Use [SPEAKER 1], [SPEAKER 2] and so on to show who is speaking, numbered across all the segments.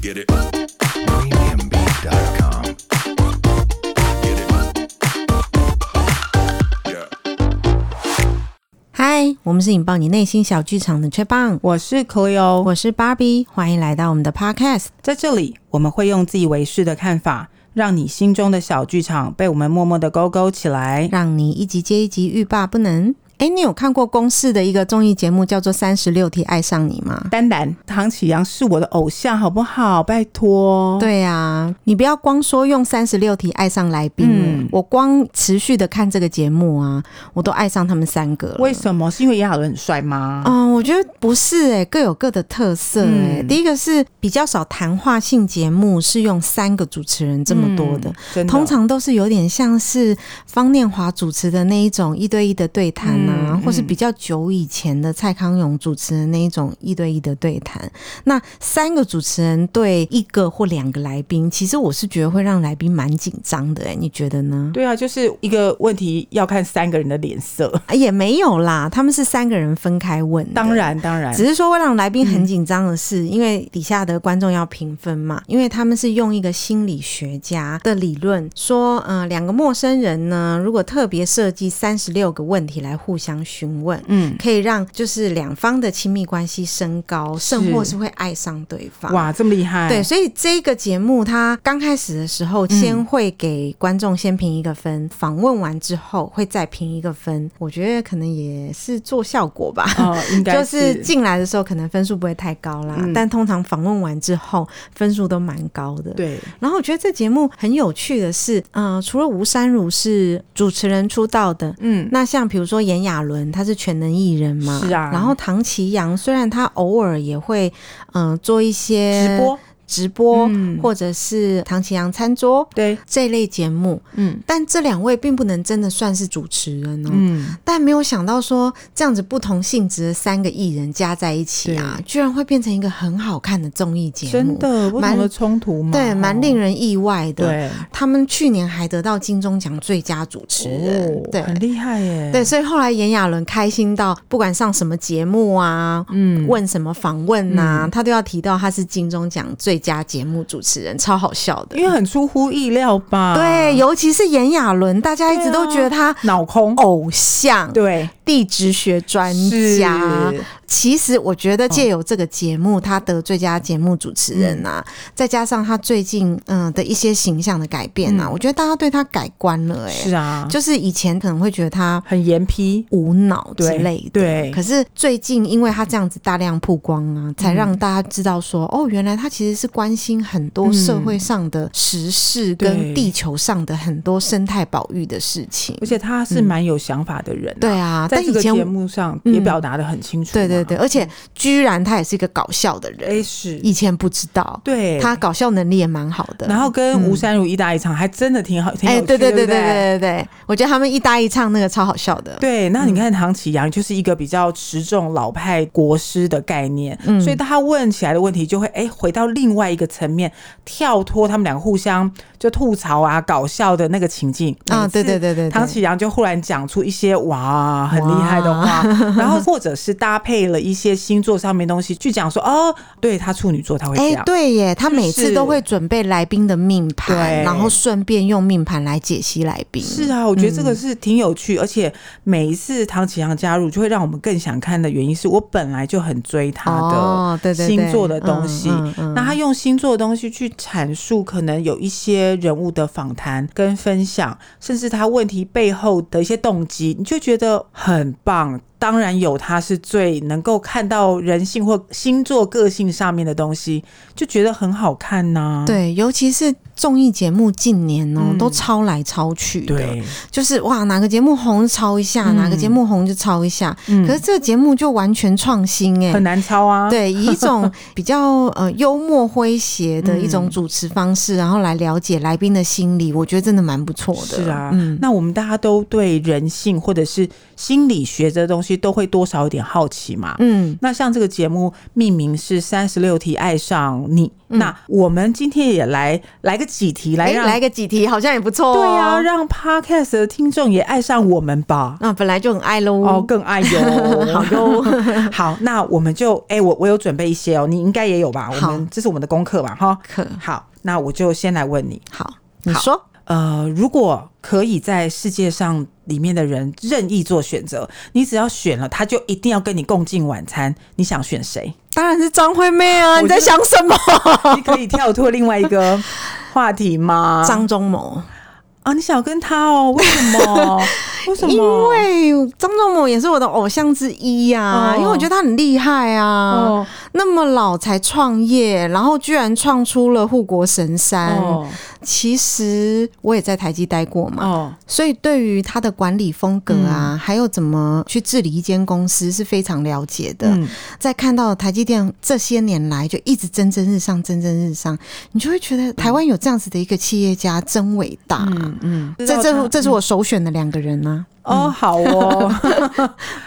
[SPEAKER 1] Get it. Premiumbeat.com. Get it. Yeah.
[SPEAKER 2] 嗨，我们是引爆你内心小剧场的吹棒，
[SPEAKER 3] 我是 Cleo，
[SPEAKER 2] 我是芭比，欢迎来到我们的 Podcast。
[SPEAKER 3] 在这里我们会用自以为是的看法，让你心中的小剧场被我们默默的勾勾起来。
[SPEAKER 2] 让你一集接一集欲罢不能。哎，你有看过公视的一个综艺节目叫做《三十六题爱上你》吗？
[SPEAKER 3] 丹丹、唐启阳是我的偶像，好不好？拜托。
[SPEAKER 2] 对呀、你不要光说用三十六题爱上来宾、啊
[SPEAKER 3] 嗯
[SPEAKER 2] 我光持续的看这个节目啊，我都爱上他们三个了。
[SPEAKER 3] 为什么？是因为炎亚纶很帅吗？
[SPEAKER 2] 嗯，我觉得不是哎、各有各的特色哎、
[SPEAKER 3] 嗯
[SPEAKER 2] 第一个是比较少谈话性节目是用三个主持人这么多的，
[SPEAKER 3] 嗯真的
[SPEAKER 2] 通常都是有点像是方念华主持的那一种一对一的对谈啊，
[SPEAKER 3] 嗯嗯
[SPEAKER 2] 或是比较久以前的蔡康永主持的那一种一对一的对谈。那三个主持人对一个或两个来宾，其实我是觉得会让来宾蛮紧张的、欸，你觉得呢？
[SPEAKER 3] 对啊，就是一个问题要看三个人的脸色。
[SPEAKER 2] 啊也没有啦，他们是三个人分开问的，
[SPEAKER 3] 当然，当然，
[SPEAKER 2] 只是说会让来宾很紧张的是，因为底下的观众要评分嘛，因为他们是用一个心理学家的理论说，呃，两个陌生人呢，如果特别设计三十六个问题来互相询问。
[SPEAKER 3] 嗯，
[SPEAKER 2] 可以让就是两方的亲密关系升高，甚或是会爱上对方。
[SPEAKER 3] 哇，哎这么厉害。
[SPEAKER 2] 对，所以这个节目它刚开始的时候，先会给观众先评一个分，访问完之后会再评一个分。我觉得可能也是做效果吧。
[SPEAKER 3] 哦，应该
[SPEAKER 2] 就是进来的时候可能分数不会太高啦，
[SPEAKER 3] 嗯
[SPEAKER 2] 但通常访问完之后分数都蛮高的。。
[SPEAKER 3] 对，
[SPEAKER 2] 然后我觉得这节目很有趣的是，呃，除了吴珊如是主持人出道的，
[SPEAKER 3] 嗯，
[SPEAKER 2] 那像比如说炎亚纶，他是全能艺人嘛，
[SPEAKER 3] 是啊
[SPEAKER 2] 然后唐奇阳虽然他偶尔也会，嗯、做一些
[SPEAKER 3] 直播，
[SPEAKER 2] 直播、
[SPEAKER 3] 嗯
[SPEAKER 2] 或者是唐奇阳餐桌
[SPEAKER 3] 对，
[SPEAKER 2] 这类节目，
[SPEAKER 3] 嗯
[SPEAKER 2] 但这两位并不能真的算是主持人哦。
[SPEAKER 3] 嗯，
[SPEAKER 2] 但没有想到说，这样子不同性质的三个艺人加在一起啊，居然会变成一个很好看的综艺节目，
[SPEAKER 3] 真的
[SPEAKER 2] 嗯
[SPEAKER 3] 不
[SPEAKER 2] 蛮
[SPEAKER 3] 同的冲突嘛，
[SPEAKER 2] 对，蛮令人意外的。
[SPEAKER 3] 对。
[SPEAKER 2] 他们去年还得到金钟奖最佳主持人，
[SPEAKER 3] 哦，
[SPEAKER 2] 对
[SPEAKER 3] 很厉害耶。
[SPEAKER 2] 对，，所以后来炎亚纶开心到，不管上什么节目啊，
[SPEAKER 3] 嗯，
[SPEAKER 2] 问什么访问呐、他都要提到他是金钟奖最佳节目主持人，超好笑的
[SPEAKER 3] 因。为很啊出乎意料吧？
[SPEAKER 2] 对，，尤其是炎亚纶，大家一直都觉得他
[SPEAKER 3] 脑空，
[SPEAKER 2] 偶像、
[SPEAKER 3] 啊对，
[SPEAKER 2] 地质学专
[SPEAKER 3] 是
[SPEAKER 2] 家。其实我觉
[SPEAKER 3] 嗯
[SPEAKER 2] 得借由这个节目，他得最佳节目主持人啊，
[SPEAKER 3] 嗯
[SPEAKER 2] 再加上他最近嗯的一些形象的改变啊，
[SPEAKER 3] 嗯
[SPEAKER 2] 我觉得大家对他改观了、欸，
[SPEAKER 3] 是啊，
[SPEAKER 2] 就是以前可能会觉得他。
[SPEAKER 3] 很严批，
[SPEAKER 2] 无脑之类的，
[SPEAKER 3] 对对嗯
[SPEAKER 2] 可是最近因为他这样子大量曝光啊，才让大家知道说，哦，原来他其实是关心很多社会上的时事跟
[SPEAKER 3] 对
[SPEAKER 2] 地球上的很多生态保育的事情。
[SPEAKER 3] 而且他是蛮有想法的人、啊
[SPEAKER 2] 嗯对啊，
[SPEAKER 3] 在
[SPEAKER 2] 但
[SPEAKER 3] 这
[SPEAKER 2] 以
[SPEAKER 3] 个
[SPEAKER 2] 前嗯
[SPEAKER 3] 节目啊上也表达的很清楚、
[SPEAKER 2] 对对对，，而且居然他也是一个搞笑的人，
[SPEAKER 3] 哎是，
[SPEAKER 2] 以前不知道，
[SPEAKER 3] 对
[SPEAKER 2] 他搞笑能力也蛮好的。
[SPEAKER 3] 然后跟吴珊如一搭一唱，还真的挺好，挺有
[SPEAKER 2] 哎，
[SPEAKER 3] 趣的
[SPEAKER 2] 对对对对
[SPEAKER 3] 对不对。
[SPEAKER 2] 对对对，我觉得他们一搭一唱那个超好笑的。
[SPEAKER 3] 对，那你
[SPEAKER 2] 嗯
[SPEAKER 3] 看唐启阳就是一个比较持重老派国师的概念，
[SPEAKER 2] 嗯
[SPEAKER 3] 所以他问起来的问题就会哎、回到另外一个层面，跳脱他们两个互相就吐槽啊、搞笑的那个情境
[SPEAKER 2] 啊，
[SPEAKER 3] 每次
[SPEAKER 2] 对对对对，对
[SPEAKER 3] 唐启阳就忽然讲出一些哇很厉害的话，然后或者是搭配了一些星座上面的东西去讲说哦，对他处女座他会这
[SPEAKER 2] 哎
[SPEAKER 3] 样，，
[SPEAKER 2] 对耶，他
[SPEAKER 3] 是不
[SPEAKER 2] 每次
[SPEAKER 3] 是
[SPEAKER 2] 都会准备来宾的命盘，
[SPEAKER 3] 对
[SPEAKER 2] 然后顺便用命盘来解析来宾。
[SPEAKER 3] 是啊，我觉得
[SPEAKER 2] 嗯
[SPEAKER 3] 这个是挺有趣，而且每一次唐启阳加入，就会让我们更想看的原因是我本来就很追他啊的。
[SPEAKER 2] 哦，对对对，
[SPEAKER 3] 星座的东西
[SPEAKER 2] 嗯嗯嗯
[SPEAKER 3] 那他用星座的东西去阐述，可能有一些人物的访谈跟分享，甚至他问题背后的一些动机，你就觉得很棒。当然有，他是最能够看到人性或星座个性上面的东西，就觉得很好看呐、
[SPEAKER 2] 对，尤其是综艺节目近年哦，
[SPEAKER 3] 嗯
[SPEAKER 2] 都抄来抄去的，嗯
[SPEAKER 3] 对，
[SPEAKER 2] 就是哇，哪个节目红就抄一下，
[SPEAKER 3] 嗯
[SPEAKER 2] 哪个节目红就抄一下。
[SPEAKER 3] 嗯
[SPEAKER 2] 可是这个节目就完全创新哎
[SPEAKER 3] 很，难抄 啊。
[SPEAKER 2] 对，以一种比较呃幽默诙谐的一种主持方式，然后来了解来宾的心理，我觉得真的蛮不错的。
[SPEAKER 3] 是啊，
[SPEAKER 2] 嗯
[SPEAKER 3] 那我们大家都对人性或者是心理学这东西都会多少有点好奇嘛。
[SPEAKER 2] 嗯，
[SPEAKER 3] 那像这个节目命名是三十六题爱上你，那我们今天也来来个几题，来
[SPEAKER 2] 哎，嗯
[SPEAKER 3] 让、
[SPEAKER 2] 来个几题好像也不错、哦。
[SPEAKER 3] 对呀、让 podcast 的听众也爱上我们吧。
[SPEAKER 2] 那、本来就很爱喽。
[SPEAKER 3] 哦，更爱哟，
[SPEAKER 2] 好哟。
[SPEAKER 3] 好，那我们就哎、我我有准备一些哦，你应该也有吧？我
[SPEAKER 2] 好
[SPEAKER 3] 们这是我们的功课吧？哈，
[SPEAKER 2] 可
[SPEAKER 3] 好，那我就先来问你，
[SPEAKER 2] 好，你说，
[SPEAKER 3] 呃，如果可以在世界上里面的人任意做选择，你只要选了，他就一定要跟你共进晚餐，你想选谁？
[SPEAKER 2] 当然是张惠妹啊！
[SPEAKER 3] 我
[SPEAKER 2] 你在
[SPEAKER 3] 就是
[SPEAKER 2] 想什么？
[SPEAKER 3] 你可以跳脱另外一个话题吗？
[SPEAKER 2] 张忠谋，
[SPEAKER 3] 啊，你想要跟他哦？为什 么？为什么？
[SPEAKER 2] 因为张忠谋也是我的偶像之一呀、啊，
[SPEAKER 3] 哦
[SPEAKER 2] 因为我觉得他很厉害啊。
[SPEAKER 3] 哦
[SPEAKER 2] 那么老才创业，然后居然创出了护国神山。
[SPEAKER 3] 哦
[SPEAKER 2] 其实我也在台积待过嘛，
[SPEAKER 3] 哦，嗯
[SPEAKER 2] 所以对于他的管理风格啊，还有怎么去治理一间公司是非常了解的。
[SPEAKER 3] 嗯
[SPEAKER 2] 在看到台积电这些年来就一直蒸蒸日上，蒸蒸日上，你就会觉得台湾有这样子的一个企业家真伟大、
[SPEAKER 3] 嗯嗯，
[SPEAKER 2] 这
[SPEAKER 3] 知道
[SPEAKER 2] 这这是我首选的两个人呢、啊。
[SPEAKER 3] 他哦，好 哦，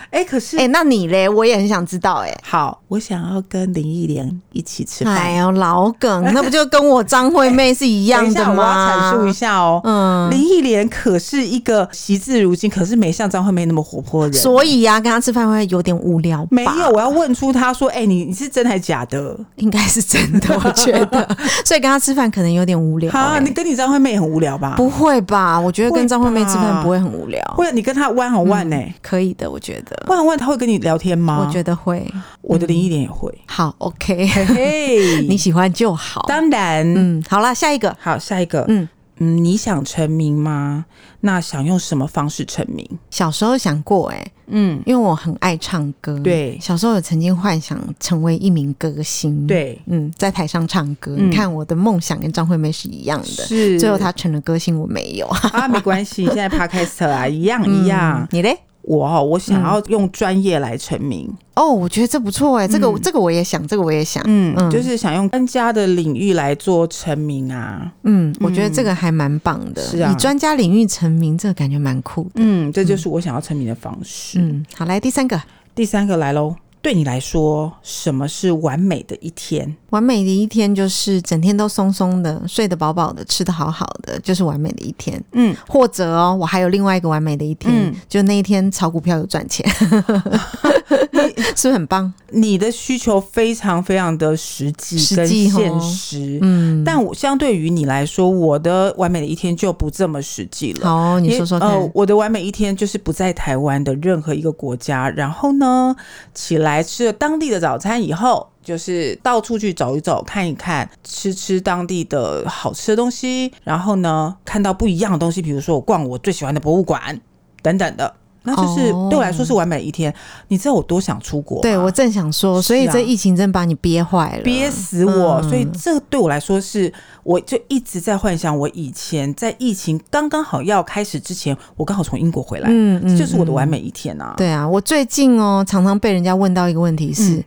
[SPEAKER 3] 哎、可是
[SPEAKER 2] 哎、那你嘞？我也很想知道、哎。
[SPEAKER 3] 好，我想要跟林忆莲一起吃
[SPEAKER 2] 哎
[SPEAKER 3] 饭。
[SPEAKER 2] 呦，老梗，那不就跟我张惠妹是一
[SPEAKER 3] 等
[SPEAKER 2] 样
[SPEAKER 3] 一
[SPEAKER 2] 的
[SPEAKER 3] 下，我要
[SPEAKER 2] 吗？
[SPEAKER 3] 阐述一下哦。
[SPEAKER 2] 嗯，
[SPEAKER 3] 林忆莲可是一个惜字如金，可是没像张惠妹那么活泼的人。
[SPEAKER 2] 所以啊，跟她吃饭会有点无聊吧，
[SPEAKER 3] 没有，我要问出他说：“哎、你你是真还假的？
[SPEAKER 2] 应该是真的，我觉 得，所以跟她吃饭可能有点无聊、
[SPEAKER 3] 啊，
[SPEAKER 2] 哎
[SPEAKER 3] 你跟你张惠妹也很无聊吧？
[SPEAKER 2] 不会吧？我觉得跟张惠妹吃
[SPEAKER 3] 会吧
[SPEAKER 2] 饭不会很无聊，
[SPEAKER 3] 或者你跟他弯好弯呢、
[SPEAKER 2] 可以的，我觉得，
[SPEAKER 3] 万万他会跟啊你聊天吗？
[SPEAKER 2] 我觉得嗯会。
[SPEAKER 3] 我的林忆莲也 会。
[SPEAKER 2] 好，OK，
[SPEAKER 3] 嘿嘿，
[SPEAKER 2] 你喜欢就好。
[SPEAKER 3] 当然。
[SPEAKER 2] 嗯，好啦，下一个，
[SPEAKER 3] 好，下一个。
[SPEAKER 2] 嗯，
[SPEAKER 3] 嗯，你想成名吗？那想用什么方式成名？
[SPEAKER 2] 小时候想过、哎，
[SPEAKER 3] 嗯，
[SPEAKER 2] 因为我很爱唱歌，
[SPEAKER 3] 对
[SPEAKER 2] 小时候有曾经幻想成为一名歌星，。
[SPEAKER 3] 对，
[SPEAKER 2] 嗯，在台上唱歌，
[SPEAKER 3] 嗯
[SPEAKER 2] 你看我的梦想跟张惠妹是一样的，
[SPEAKER 3] 是
[SPEAKER 2] 最后她成了歌星，我没有，
[SPEAKER 3] 啊，没关系，现在 podcast 啊，一样一 样
[SPEAKER 2] 嗯。你嘞？
[SPEAKER 3] 我哦，我想要用专业来成名，
[SPEAKER 2] 哦，我觉得这不错哎、这个、这个我也想，这个我也想，
[SPEAKER 3] 嗯，
[SPEAKER 2] 嗯
[SPEAKER 3] 就是想用专家的领域来做成名啊，
[SPEAKER 2] 嗯，我觉得这个还蛮棒的，
[SPEAKER 3] 是啊
[SPEAKER 2] 以专家领域成名，这个感觉蛮酷的。
[SPEAKER 3] 嗯，这就是我想要成名的方式。
[SPEAKER 2] 嗯，好，来第三个，
[SPEAKER 3] 第三个来喽，对你来说，什么是完美的一天？
[SPEAKER 2] 完美的一天就是整天都松松的，睡得饱饱的，吃得好好的，就是完美的一天。
[SPEAKER 3] 嗯，
[SPEAKER 2] 或者哦，我还有另外一个完美的一天，
[SPEAKER 3] 嗯
[SPEAKER 2] 就那一天炒股票有赚 钱，是不是很棒？
[SPEAKER 3] 你的需求非常非常的实际
[SPEAKER 2] 实
[SPEAKER 3] 跟
[SPEAKER 2] 际哦
[SPEAKER 3] 现实，
[SPEAKER 2] 嗯，
[SPEAKER 3] 但我相对于你来说，我的完美的一天就不这么实际了。
[SPEAKER 2] 好，你
[SPEAKER 3] 也
[SPEAKER 2] 说说看。
[SPEAKER 3] 呃，我的完美一天就是不在台湾的任何一个国家，然后呢，起来吃了当地的早餐以后，就是到处去走一走，看一看，吃吃当地的好吃的东西，然后呢，看到不一样的东西，比如说我逛我最喜欢的博物馆等等的。那就是
[SPEAKER 2] 哦
[SPEAKER 3] 对我来说是完美的一天。你知道我多想出国吗？啊
[SPEAKER 2] 对，我正想说，所以
[SPEAKER 3] 是啊
[SPEAKER 2] 这疫情真把你憋坏了，
[SPEAKER 3] 憋死我！
[SPEAKER 2] 嗯
[SPEAKER 3] 所以这对我来说是，我就一直在幻想，我以前在疫情刚刚好要开始之前，我刚好从英国回来，
[SPEAKER 2] 嗯
[SPEAKER 3] 这就是我的
[SPEAKER 2] 嗯
[SPEAKER 3] 完。美一天啊！
[SPEAKER 2] 对啊，我最近哦，常常被人家问到一个问题是：
[SPEAKER 3] 嗯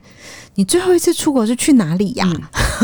[SPEAKER 2] 你最后一次出国是去哪里呀、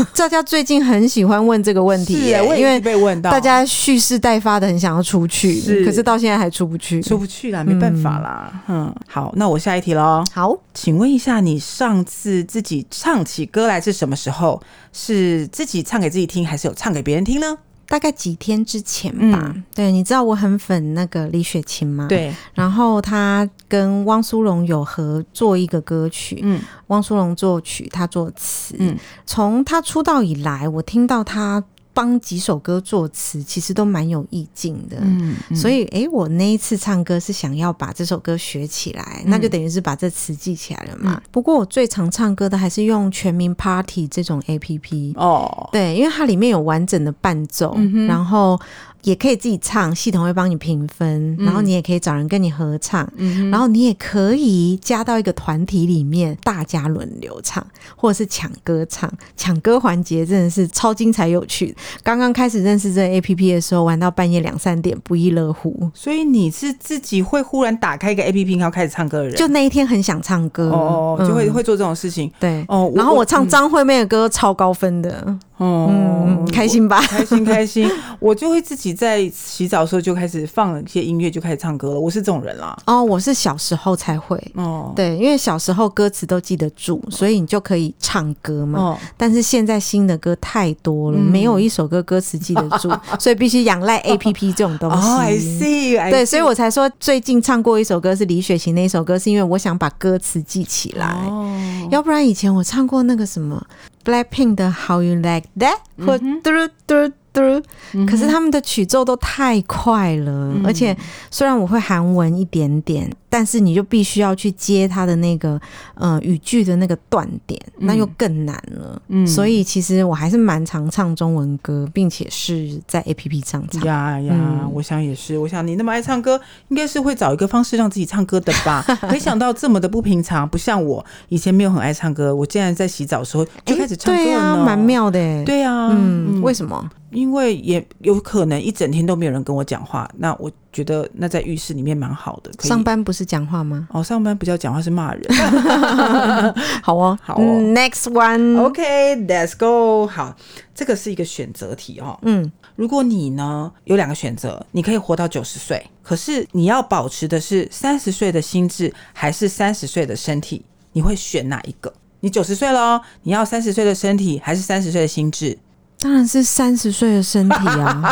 [SPEAKER 2] 大家最近很喜欢问这个问题
[SPEAKER 3] 是
[SPEAKER 2] 耶、
[SPEAKER 3] 耶我
[SPEAKER 2] 因
[SPEAKER 3] 也是
[SPEAKER 2] 为
[SPEAKER 3] 被问到，
[SPEAKER 2] 大家蓄势待发的很想要出去，
[SPEAKER 3] 是
[SPEAKER 2] 可是到现在还出不去。
[SPEAKER 3] 出不去啊啦，没办法啦。嗯，好，那我下一题喽。
[SPEAKER 2] 好，
[SPEAKER 3] 请问一下，你上次自己唱起歌来是什么时候？是自己唱给自己听，还是有唱给别人听呢？
[SPEAKER 2] 大概几天之前吧。对，你知道我很粉那个李雪琴吗？。
[SPEAKER 3] 嗯对，
[SPEAKER 2] 然后她跟汪苏泷有合作一个歌曲，
[SPEAKER 3] 嗯
[SPEAKER 2] 汪苏泷作曲，他作词。
[SPEAKER 3] 嗯
[SPEAKER 2] 从他出道以来，我听到他帮几首歌作词，其实都蛮有意境的。
[SPEAKER 3] 嗯，
[SPEAKER 2] 所以，诶，我那一次唱歌是想要把这首歌学起
[SPEAKER 3] 嗯
[SPEAKER 2] 来，那就等于是把这词记起来了嘛。不过，我最常唱歌的还是用全民 Party 这种 A P P，、
[SPEAKER 3] 哦，
[SPEAKER 2] 对，因为它里面有完整的伴奏，
[SPEAKER 3] 嗯
[SPEAKER 2] 然后也可以自己唱，系统会帮你评分，
[SPEAKER 3] 嗯
[SPEAKER 2] 然后你也可以找人跟你合唱，然后你也可以加到一个团体里面，大家轮流唱，或者是抢歌唱。抢歌环节真的是超精彩有趣。刚刚开始认识这 A P P 的时候，玩到半夜两三点，不亦乐乎。
[SPEAKER 3] 所以你是自己会忽然打开一个 A P P，然后开始唱歌的人，
[SPEAKER 2] 就那一天很想唱歌，
[SPEAKER 3] 哦，就会
[SPEAKER 2] 嗯
[SPEAKER 3] 会做这种事情。
[SPEAKER 2] 对。
[SPEAKER 3] 哦，
[SPEAKER 2] 然后我唱张惠妹的歌超高分的，
[SPEAKER 3] 哦
[SPEAKER 2] 嗯，，开心吧？
[SPEAKER 3] 开心开心，我就会自己己在洗澡的时候就开始放一些音乐，就开始唱歌了。我是这种人啦。
[SPEAKER 2] 哦，我是小时候才会，
[SPEAKER 3] 哦，
[SPEAKER 2] 对，因为小时候歌词都记得住，所以你就可以唱歌嘛。
[SPEAKER 3] 哦，嗯
[SPEAKER 2] 但是现在新的歌太多了，没有一首歌歌词记得 住，所以必须仰赖 A P P 这种东
[SPEAKER 3] 哦
[SPEAKER 2] 西。
[SPEAKER 3] ，I see，I
[SPEAKER 2] 对，所以我才说最近唱过一首歌是李雪琴那一首歌，是因为我想把歌词记起来，
[SPEAKER 3] 哦，
[SPEAKER 2] 要不然以前我唱过那个什么 Blackpink 的 How You Like That
[SPEAKER 3] 嗯
[SPEAKER 2] 或嘟噜嘟噜嘟噜，可是他们的曲奏都太快了，而且虽然我会韩文一点点，但是你就必须要去接它的那个呃语句的那个断点，那又更难了。
[SPEAKER 3] 嗯
[SPEAKER 2] 所以其实我还是蛮常唱中文歌，并且是在 A P P 上唱。
[SPEAKER 3] 呀
[SPEAKER 2] 嗯
[SPEAKER 3] 呀，我想也是。我想你那么爱唱歌，应该是会找一个方式让自己唱歌的 吧？没想到这么的不平常，不像我以前没有很爱唱歌，我竟然在洗澡的时候就开始唱歌
[SPEAKER 2] 对
[SPEAKER 3] 了
[SPEAKER 2] 呀、
[SPEAKER 3] 呢。
[SPEAKER 2] 蛮妙的哎。
[SPEAKER 3] 对啊，
[SPEAKER 2] 嗯，
[SPEAKER 3] 嗯，
[SPEAKER 2] 为什么？
[SPEAKER 3] 因为也有可能一整天都没有人跟我讲话，那我觉得那在浴室里面蛮好的，可以
[SPEAKER 2] 上班不是讲话吗？
[SPEAKER 3] 哦，上班不叫讲话是 骂人。
[SPEAKER 2] 好哦，
[SPEAKER 3] 好哦
[SPEAKER 2] 嗯 Next one，、
[SPEAKER 3] OK，Let's、go。好，这个是一个选择题哦。
[SPEAKER 2] 嗯，
[SPEAKER 3] 如果你呢有两个选择，你可以活到九十岁，可是你要保持的是三十岁的心智还是三十岁的身体，你会选哪一个？你九十岁喽，你要三十岁的身体还是三十岁的 心智？
[SPEAKER 2] 当然是三十岁的身体啊，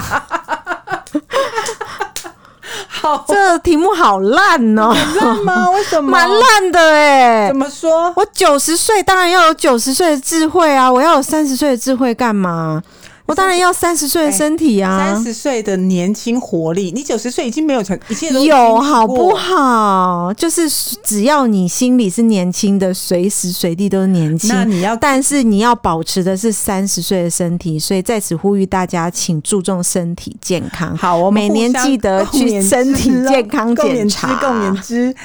[SPEAKER 3] 好
[SPEAKER 2] 这个题目好烂哦，
[SPEAKER 3] 烂吗？为 什么？
[SPEAKER 2] 蛮烂的哎、
[SPEAKER 3] 怎么说？
[SPEAKER 2] 我九十岁当然要有九十岁的智慧啊，我要有三十岁的智慧干嘛？我当然要三十岁的身体啊
[SPEAKER 3] 哎三，十岁的年轻活力，你九十岁已经没有成，一切都
[SPEAKER 2] 有好不
[SPEAKER 3] 好？
[SPEAKER 2] 好？就是只要你心里是年轻的，随时随地都年轻。
[SPEAKER 3] 那你要
[SPEAKER 2] 但是你要保持的是三十岁的身体，所以在此呼吁大家，请注重身体健康。
[SPEAKER 3] 好，我们
[SPEAKER 2] 每年
[SPEAKER 3] 互相
[SPEAKER 2] 记得
[SPEAKER 3] 共勉
[SPEAKER 2] 去身体
[SPEAKER 3] 之咯
[SPEAKER 2] 健康
[SPEAKER 3] 共
[SPEAKER 2] 检
[SPEAKER 3] 勉之
[SPEAKER 2] 查。
[SPEAKER 3] 共勉之，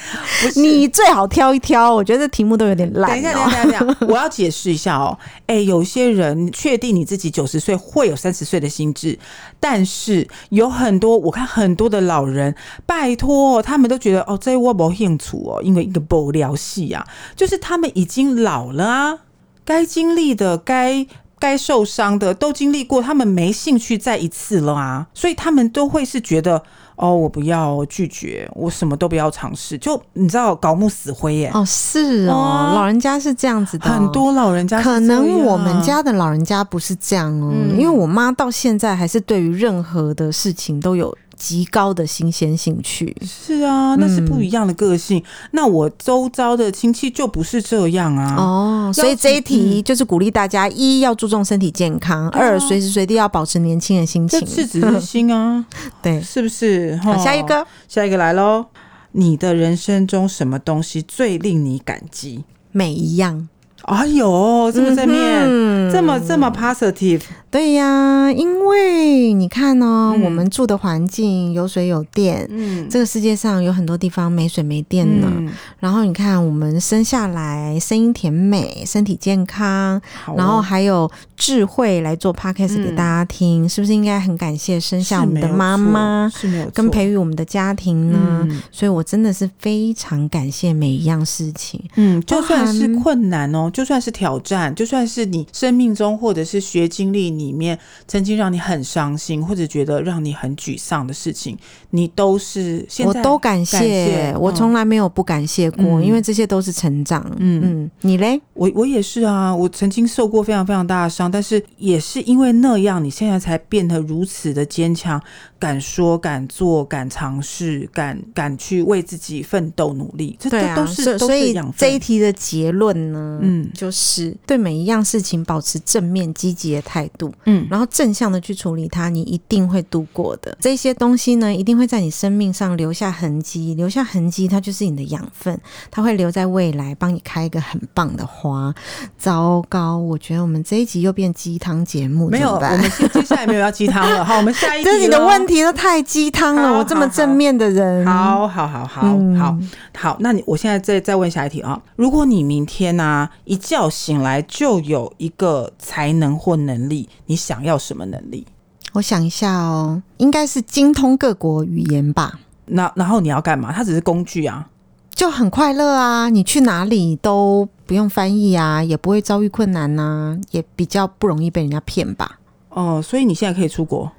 [SPEAKER 3] 不是
[SPEAKER 2] 你最好挑一挑，我觉得这题目都有点烂、
[SPEAKER 3] 等一下，
[SPEAKER 2] 哦
[SPEAKER 3] 等一下，等一下，我要解释一下哦。 哎、有些人确定你自己九十岁会有三十岁的心智，但是有很多我看很多的老人，拜托、他们都觉得哦，这我没兴趣哦，因为一个不聊戏啊，就是他们已经老了啊，该经历的该。该受伤的都经历过，他们没兴趣再一次了啊，所以他们都会是觉得，哦，我不要拒绝，我什么都不要尝试，就你知道搞木死灰耶、
[SPEAKER 2] 哦，是哦，
[SPEAKER 3] 哦
[SPEAKER 2] 老人家是这样子的哦、
[SPEAKER 3] 很多老人家是啊
[SPEAKER 2] 可能
[SPEAKER 3] 这样
[SPEAKER 2] 我们家的老人家不是这样哦，
[SPEAKER 3] 嗯
[SPEAKER 2] 因为我妈到现在还是对于任何的事情都有极高的新鲜兴趣。
[SPEAKER 3] 是啊，那是不一样的个性。
[SPEAKER 2] 嗯
[SPEAKER 3] 那我周遭的亲戚就不是这样啊。
[SPEAKER 2] 哦，所以这一题
[SPEAKER 3] 嗯
[SPEAKER 2] 就是鼓励大家：一要注重身体健康，二随时随地要保持年轻的心
[SPEAKER 3] 这
[SPEAKER 2] 情。
[SPEAKER 3] 赤子之心啊，
[SPEAKER 2] 对，
[SPEAKER 3] 是不是？
[SPEAKER 2] 好，
[SPEAKER 3] 齁
[SPEAKER 2] 下一，个，
[SPEAKER 3] 下一个来喽。你的人生中什么东西最令你感激？
[SPEAKER 2] 每一样。
[SPEAKER 3] 哎呦，这么正面，
[SPEAKER 2] 嗯
[SPEAKER 3] 这么这么 positive，
[SPEAKER 2] 对呀，因为你看哦，我们住的环境有水有电，
[SPEAKER 3] 嗯，
[SPEAKER 2] 这个世界上有很多地方没水没电呢。
[SPEAKER 3] 嗯，
[SPEAKER 2] 然后你看，我们生下来声音甜美，身体健康，
[SPEAKER 3] 好哦嗯
[SPEAKER 2] 然后还有智慧来做 podcast 给大家听，是不是应该很感谢生下我们的妈妈，
[SPEAKER 3] 是没有错
[SPEAKER 2] 跟培育我们的家庭呢？
[SPEAKER 3] 嗯
[SPEAKER 2] 所以我真的是非常感谢每一样事情。
[SPEAKER 3] 嗯，就
[SPEAKER 2] 包
[SPEAKER 3] 算
[SPEAKER 2] 含
[SPEAKER 3] 是困难哦，就算是挑战，就算是你生命中或者是学经历里面曾经让你很伤心，或者觉得让你很沮丧的事情，你都是现
[SPEAKER 2] 我
[SPEAKER 3] 在
[SPEAKER 2] 都感谢，
[SPEAKER 3] 感谢
[SPEAKER 2] 我
[SPEAKER 3] 嗯
[SPEAKER 2] 从来没有不感谢过，因为这些都是成长。嗯嗯，你嘞？
[SPEAKER 3] 我我也是啊，我曾经受过非常非常大的伤，但是也是因为那样，你现在才变得如此的坚强，敢说敢做，敢尝试，敢敢去为自己奋斗努力，这都、
[SPEAKER 2] 对啊，
[SPEAKER 3] 都
[SPEAKER 2] 所
[SPEAKER 3] 是
[SPEAKER 2] 以
[SPEAKER 3] 都
[SPEAKER 2] 所
[SPEAKER 3] 是
[SPEAKER 2] 以
[SPEAKER 3] 养分
[SPEAKER 2] 这一。题的结论呢，
[SPEAKER 3] 嗯
[SPEAKER 2] 就是对每一样事情保持正面积极的态度，
[SPEAKER 3] 嗯
[SPEAKER 2] 然后正向的去处理它，你一定会度过的。这些东西呢，一定会在你生命上留下痕迹，留下痕迹，它就是你的养分，它会留在未来，帮你开一个很棒的花。糟糕，我觉得我们这一集又变鸡汤节目，
[SPEAKER 3] 没有，
[SPEAKER 2] 怎么
[SPEAKER 3] 我
[SPEAKER 2] 办
[SPEAKER 3] 们接接下来没有要鸡汤了。好，我们下一 题
[SPEAKER 2] 这是你的
[SPEAKER 3] 咯
[SPEAKER 2] 问题都太鸡汤了，
[SPEAKER 3] 好
[SPEAKER 2] 我这么正面的人，
[SPEAKER 3] 好好好好、
[SPEAKER 2] 嗯
[SPEAKER 3] 好好，那你我现在再再问下一题啊、如果你明天呢、一觉醒来就有一个才能或能力，你想要什么能力？
[SPEAKER 2] 我想一下哦，应该是精通各国语言吧。
[SPEAKER 3] 那然后你要干嘛？它只是工具啊。
[SPEAKER 2] 就很快乐啊！你去哪里都不用翻译啊，也不会遭遇困难啊 呐、也比较不容易被人家骗吧。
[SPEAKER 3] 哦、所以你现在可以出国。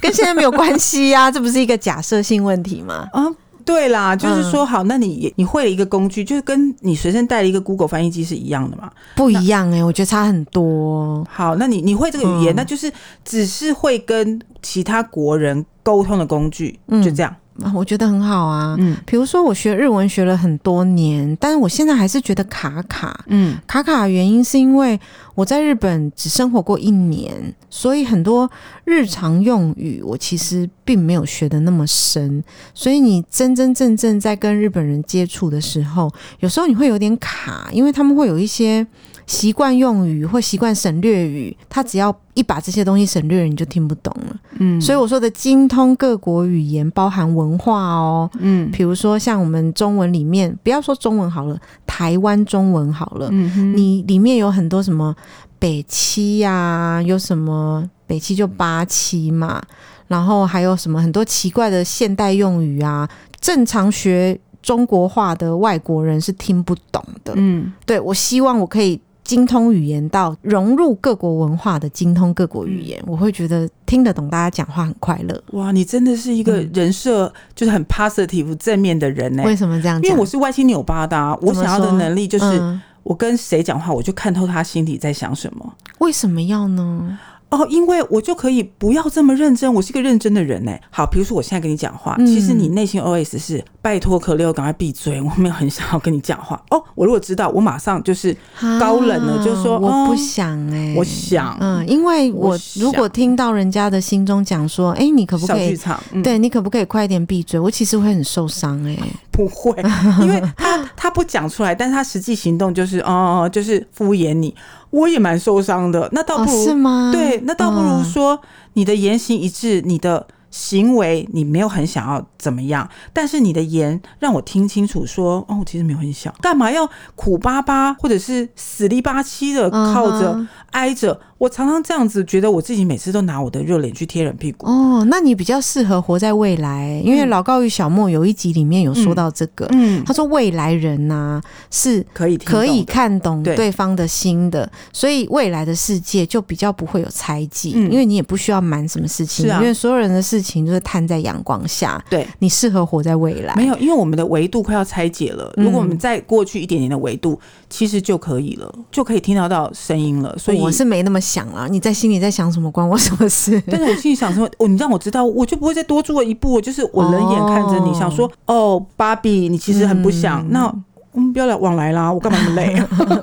[SPEAKER 2] 跟现在没有关系呀、这不是一个假设性问题吗？
[SPEAKER 3] 啊，对啦，就是说好，那你也你会了一个工具，就是跟你随身带了一个 Google 翻译机是一样的嘛？
[SPEAKER 2] 不一样哎、我觉得差很多。
[SPEAKER 3] 好，那你你会这个语言，那就是只是会跟其他国人沟通的工具，就这样。
[SPEAKER 2] 啊我觉得很好啊。
[SPEAKER 3] 嗯
[SPEAKER 2] 比如说，我学日文学了很多年，但是我现在还是觉得卡卡。
[SPEAKER 3] 嗯
[SPEAKER 2] 卡卡的原因是因为我在日本只生活过一年，所以很多日常用语我其实并没有学的那么深。所以你真真正正在跟日本人接触的时候，有时候你会有点卡，因为他们会有一些习惯用语或习惯省略语，他只要一把这些东西省略了，你就听不懂了。
[SPEAKER 3] 嗯
[SPEAKER 2] 所以我说的精通各国语言，包含文化哦，
[SPEAKER 3] 嗯
[SPEAKER 2] 比如说像我们中文里面，不要说中文好了，台湾中文好了，
[SPEAKER 3] 嗯哼
[SPEAKER 2] 你里面有很多什么北七呀、有什么北七就八七嘛，然后还有什么很多奇怪的现代用语啊，正常学中国话的外国人是听不懂的。
[SPEAKER 3] 嗯
[SPEAKER 2] 对我希望我可以精通语言到融入各国文化的精通各国语言，
[SPEAKER 3] 嗯
[SPEAKER 2] 我会觉得听得懂大家讲话很快乐。
[SPEAKER 3] 哇，你真的是一
[SPEAKER 2] 嗯
[SPEAKER 3] 个人设就是很 positive 正面的人呢、
[SPEAKER 2] 为什么这样
[SPEAKER 3] 因
[SPEAKER 2] 讲？
[SPEAKER 3] 为我是歪七扭八的、啊，我
[SPEAKER 2] 怎么
[SPEAKER 3] 想要的
[SPEAKER 2] 说
[SPEAKER 3] 能力就是
[SPEAKER 2] 嗯
[SPEAKER 3] 我跟谁讲话，我就看透他心里在想什么。
[SPEAKER 2] 为什么要呢？
[SPEAKER 3] 哦，因为我就可以不要这么认真，我是一个认真的人哎、好，比如说我现在跟你讲话，
[SPEAKER 2] 嗯
[SPEAKER 3] 其实你内心 OS 是拜托可六赶快闭嘴， 我没有很想要跟你讲话。哦，我如果知道，我马上就是高冷了
[SPEAKER 2] 啊
[SPEAKER 3] 就说
[SPEAKER 2] 我
[SPEAKER 3] 哦
[SPEAKER 2] 不想哎、
[SPEAKER 3] 我想、
[SPEAKER 2] 嗯，因为我
[SPEAKER 3] 我想
[SPEAKER 2] 如果听到人家的心中讲说，哎、你可不
[SPEAKER 3] 小
[SPEAKER 2] 可
[SPEAKER 3] 剧
[SPEAKER 2] 以？
[SPEAKER 3] 场，嗯、
[SPEAKER 2] 对你可不可以快一点闭嘴？我其实会很受伤哎、
[SPEAKER 3] 不会，因为他 他不讲出来，但是他实际行动就是哦、哦就是敷衍你，我也蛮受伤的。那倒
[SPEAKER 2] 哦，
[SPEAKER 3] 不如、
[SPEAKER 2] 是吗？
[SPEAKER 3] 对，那倒不如
[SPEAKER 2] 嗯
[SPEAKER 3] 说、你的言行一致，你的行为你没有很想要怎么样，但是你的言让我听清楚说，哦，我其实没有很想，干嘛要苦巴巴或者是死里巴七的
[SPEAKER 2] 嗯哼
[SPEAKER 3] 靠着、挨着？我常常这样子觉得我自己每次都拿我的热脸去贴人屁股。
[SPEAKER 2] 哦，那你比较适合活在未来，因为
[SPEAKER 3] 嗯
[SPEAKER 2] 老高与小莫有一集里面有说到这个，
[SPEAKER 3] 嗯，
[SPEAKER 2] 他说未来人呐、是
[SPEAKER 3] 可以听
[SPEAKER 2] 可以
[SPEAKER 3] 懂的
[SPEAKER 2] 看懂
[SPEAKER 3] 对
[SPEAKER 2] 对方的心的，所以未来的世界就比较不会有猜忌，
[SPEAKER 3] 嗯
[SPEAKER 2] 因为你也不需要瞒什么事情，
[SPEAKER 3] 是啊
[SPEAKER 2] 因为所有人的事情就是摊在阳光下，
[SPEAKER 3] 对。
[SPEAKER 2] 你适合活在未来。
[SPEAKER 3] 没有，因为我们的维度快要拆解了。
[SPEAKER 2] 嗯
[SPEAKER 3] 如果我们再过去一点点的维度，其实就可以了，就可以听到到声音了。所以
[SPEAKER 2] 我是没那么想啦，你在心里在想什么，关我什么 事？
[SPEAKER 3] 但是我心里想说，哦，你让我知道，我就不会再多做一步。就是我冷眼看着你，
[SPEAKER 2] 哦
[SPEAKER 3] 想说，哦，芭比，你其实很不想，
[SPEAKER 2] 嗯
[SPEAKER 3] 那我们不要来往来啦，我干嘛那么累？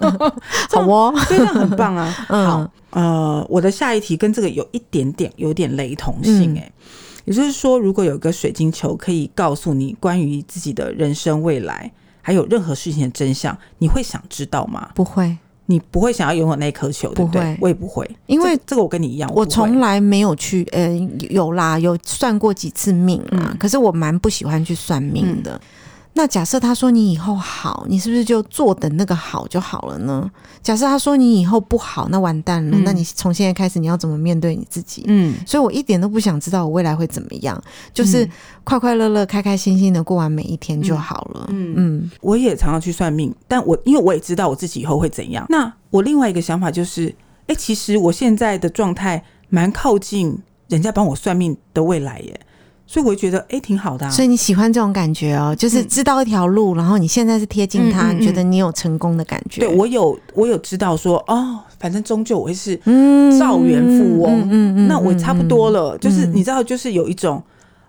[SPEAKER 2] 好哦，
[SPEAKER 3] 对，这样很棒啊。
[SPEAKER 2] 嗯
[SPEAKER 3] 好，呃，我的下一题跟这个有一点点有一点雷同性、
[SPEAKER 2] 嗯
[SPEAKER 3] 哎、也就是说，如果有一个水晶球可以告诉你关于自己的人生未来，还有任何事情的真相，你会想知道吗？
[SPEAKER 2] 不会，
[SPEAKER 3] 你不会想要拥有那颗球，对不
[SPEAKER 2] 不
[SPEAKER 3] 对
[SPEAKER 2] 会？
[SPEAKER 3] 我也不会，
[SPEAKER 2] 因为
[SPEAKER 3] 这这个我跟你一样，
[SPEAKER 2] 我
[SPEAKER 3] 不会
[SPEAKER 2] 从嗯来没有去，呃，有啦，有算过几次命啊，
[SPEAKER 3] 嗯
[SPEAKER 2] 可是我蛮不喜欢去算命的。那假设他说你以后好，你是不是就坐等那个好就好了呢？假设他说你以后不好，那完蛋了，
[SPEAKER 3] 嗯
[SPEAKER 2] 那你从现在开始你要怎么面对你自己？
[SPEAKER 3] 嗯
[SPEAKER 2] 所以我一点都不想知道我未来会怎么样，就是
[SPEAKER 3] 嗯
[SPEAKER 2] 快快乐乐、开开心心的过完每一天就好了。嗯
[SPEAKER 3] 嗯嗯我也常常去算命，但我因为我也知道我自己以后会怎样。那我另外一个想法就是，哎、其实我现在的状态蛮靠近人家帮我算命的未来耶，所以我会觉得哎、诶挺好的、啊。
[SPEAKER 2] 所以你喜欢这种感觉哦，就是
[SPEAKER 3] 嗯
[SPEAKER 2] 知道一条路，然后你现在是贴近它，
[SPEAKER 3] 嗯嗯嗯
[SPEAKER 2] 你觉得你有成功的感觉。
[SPEAKER 3] 对我有我有知道说哦，反正终究我会是，
[SPEAKER 2] 嗯
[SPEAKER 3] 造园富
[SPEAKER 2] 嗯
[SPEAKER 3] 翁
[SPEAKER 2] 嗯嗯
[SPEAKER 3] 哦那我差不多
[SPEAKER 2] 了，
[SPEAKER 3] 了。就是
[SPEAKER 2] 嗯
[SPEAKER 3] 你知道，就是有一种。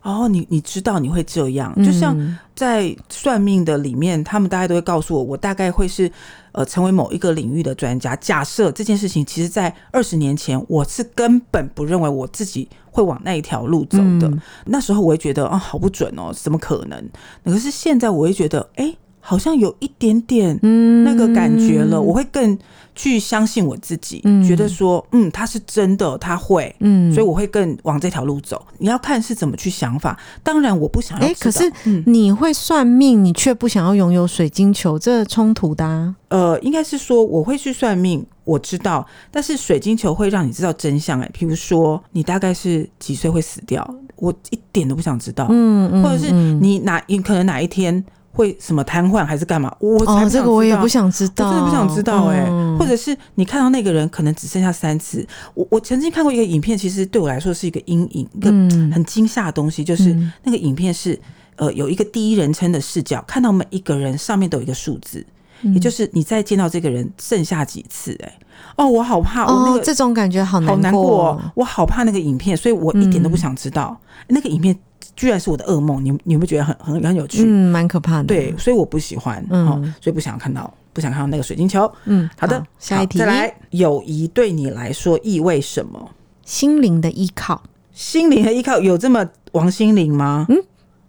[SPEAKER 3] 哦，你你知道你会这样，
[SPEAKER 2] 嗯
[SPEAKER 3] 就像在算命的里面，他们大概都会告诉我，我大概会是呃成为某一个领域的专家。假设这件事情，其实在二十年前，我是根本不认为我自己会往那一条路走的。
[SPEAKER 2] 嗯
[SPEAKER 3] 那时候我会觉得啊、好不准哦，怎么可能？可是现在我会觉得，哎，好像有一点点
[SPEAKER 2] 嗯
[SPEAKER 3] 那个感觉了，我会更去相信我自己，
[SPEAKER 2] 嗯
[SPEAKER 3] 觉得说，嗯，他是真的，他会。
[SPEAKER 2] 嗯
[SPEAKER 3] 所以我会更往这条路走。你要看是怎么去想法。当然，我不想要
[SPEAKER 2] 哎
[SPEAKER 3] 知道。
[SPEAKER 2] 可是
[SPEAKER 3] 嗯，
[SPEAKER 2] 你会算命，你却不想要拥有水晶球，这冲突的、啊。
[SPEAKER 3] 呃，应该是说我会去算命，我知道，但是水晶球会让你知道真相、哎，譬如说你大概是几岁会死掉，我一点都不想知道。
[SPEAKER 2] 嗯嗯，
[SPEAKER 3] 或者是
[SPEAKER 2] 嗯
[SPEAKER 3] 你哪你可能哪一天会什么瘫痪还是干嘛？我才
[SPEAKER 2] 哦
[SPEAKER 3] 不，
[SPEAKER 2] 这
[SPEAKER 3] 想
[SPEAKER 2] 个我
[SPEAKER 3] 知
[SPEAKER 2] 也
[SPEAKER 3] 道
[SPEAKER 2] 不想知道，
[SPEAKER 3] 我真的不想知道哎、
[SPEAKER 2] 嗯
[SPEAKER 3] 或者是你看到那个人可能只剩下三次。我我曾经看过一个影片，其实对我来说是一个阴影，一个
[SPEAKER 2] 嗯
[SPEAKER 3] 很惊吓的东西，就是
[SPEAKER 2] 嗯
[SPEAKER 3] 那个影片是呃有一个第一人称的视角，看到每一个人上面都有一个数字，
[SPEAKER 2] 嗯
[SPEAKER 3] 也就是你再见到这个人剩下几次哎、哦，我好怕，我那
[SPEAKER 2] 哦，
[SPEAKER 3] 个。
[SPEAKER 2] 这种感觉好
[SPEAKER 3] 好
[SPEAKER 2] 难
[SPEAKER 3] 难过、
[SPEAKER 2] 过嗯
[SPEAKER 3] 哦，，我好怕那个影片，所以我一点都不想知道、那个影片居然是我的噩梦。你你有没有觉得很很很有趣？
[SPEAKER 2] 嗯，蛮可怕的。
[SPEAKER 3] 对，，所以我不喜欢，
[SPEAKER 2] 嗯
[SPEAKER 3] 哦，所以不想看到，不想看到那个水晶球。
[SPEAKER 2] 嗯，
[SPEAKER 3] 好的，
[SPEAKER 2] 下一题，
[SPEAKER 3] 再来，友谊对你来说意味什么？
[SPEAKER 2] 心灵的依靠，
[SPEAKER 3] 心灵的依靠有这么王心凌吗？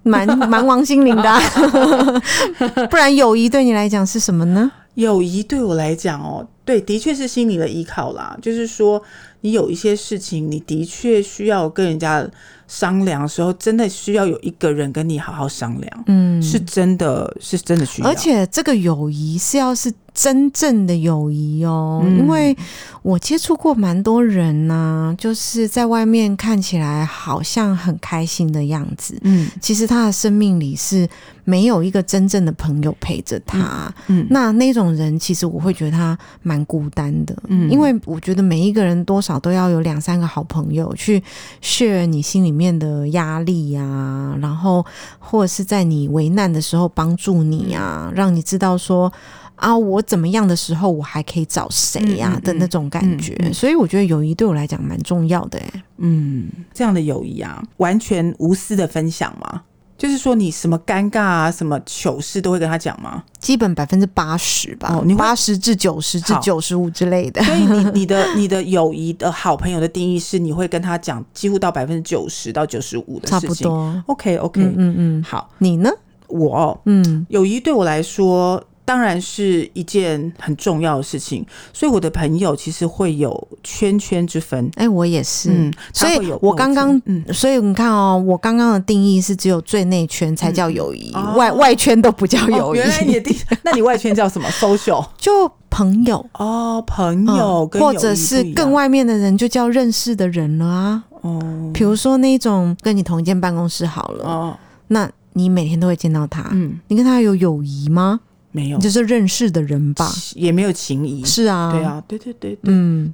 [SPEAKER 2] 蛮蛮王心凌的啊、不然友谊对你来讲是什么呢？
[SPEAKER 3] 友谊对我来讲，哦，对，的确是心灵的依靠啦。就是说，你有一些事情，你的确需要跟人家商量的时候，真的需要有一个人跟你好好商量，
[SPEAKER 2] 嗯，
[SPEAKER 3] 是真的，是真的需要。
[SPEAKER 2] 而且这个友谊是要是真正的友谊哦，
[SPEAKER 3] 嗯
[SPEAKER 2] 因为我接触过蛮多人呢、就是在外面看起来好像很开心的样子。
[SPEAKER 3] 嗯，
[SPEAKER 2] 其实他的生命里是没有一个真正的朋友陪着他，
[SPEAKER 3] 嗯嗯
[SPEAKER 2] 那那种人其实我会觉得他蛮孤单的，
[SPEAKER 3] 嗯
[SPEAKER 2] 因为我觉得每一个人多少都要有两三个好朋友去 share 你心里面的压力呀、啊，然后或者是在你危难的时候帮助你啊，
[SPEAKER 3] 嗯
[SPEAKER 2] 让你知道说啊，我怎么样的时候我还可以找谁呀、
[SPEAKER 3] 嗯嗯嗯
[SPEAKER 2] 的那种感觉，
[SPEAKER 3] 嗯嗯
[SPEAKER 2] 所以我觉得友谊对我来讲蛮重要的、欸，
[SPEAKER 3] 嗯，这样的友谊啊，完全无私的分享吗？就是说，你什么尴尬啊，什么糗事都会跟他讲 吗？
[SPEAKER 2] 基本百分之八十吧
[SPEAKER 3] 哦你，会
[SPEAKER 2] 八十、至九十至
[SPEAKER 3] 好
[SPEAKER 2] 九十五之类的。
[SPEAKER 3] 所以你你的你的友谊的好朋友的定义是，你会跟他讲几乎到百分之九十到九十五的
[SPEAKER 2] 差
[SPEAKER 3] 事情。
[SPEAKER 2] 不多。
[SPEAKER 3] OK OK，、
[SPEAKER 2] 嗯嗯嗯，
[SPEAKER 3] 好，
[SPEAKER 2] 你呢？
[SPEAKER 3] 我哦
[SPEAKER 2] 嗯
[SPEAKER 3] 友谊对我来说当然是一件很重要的事情，所以我的朋友其实会有圈圈之分。
[SPEAKER 2] 哎、我也是。
[SPEAKER 3] 嗯，
[SPEAKER 2] 所
[SPEAKER 3] 他
[SPEAKER 2] 以
[SPEAKER 3] 会有
[SPEAKER 2] 我
[SPEAKER 3] 墨
[SPEAKER 2] 刚
[SPEAKER 3] 汁
[SPEAKER 2] 刚
[SPEAKER 3] 嗯
[SPEAKER 2] 所以你看哦，我刚刚的定义是只有最内圈才叫友谊，
[SPEAKER 3] 嗯哦
[SPEAKER 2] 外外圈都不叫
[SPEAKER 3] 哦
[SPEAKER 2] 友谊。
[SPEAKER 3] 原来你的定，那你外圈 叫什么？social
[SPEAKER 2] 就朋友，
[SPEAKER 3] 哦，朋
[SPEAKER 2] 嗯
[SPEAKER 3] 友跟友
[SPEAKER 2] 或
[SPEAKER 3] 谊
[SPEAKER 2] 者是
[SPEAKER 3] 不一样
[SPEAKER 2] 更外面的人，就叫认识的人了啊。
[SPEAKER 3] 哦
[SPEAKER 2] 比如说那种跟你同一间办公室好了，
[SPEAKER 3] 哦，
[SPEAKER 2] 那你每天都会见到他，
[SPEAKER 3] 嗯，
[SPEAKER 2] 你跟他有友谊吗？
[SPEAKER 3] 没有
[SPEAKER 2] 你，就是认识的人吧？
[SPEAKER 3] 也没有情谊。
[SPEAKER 2] 是啊，
[SPEAKER 3] 对，啊，对对对对。
[SPEAKER 2] 嗯，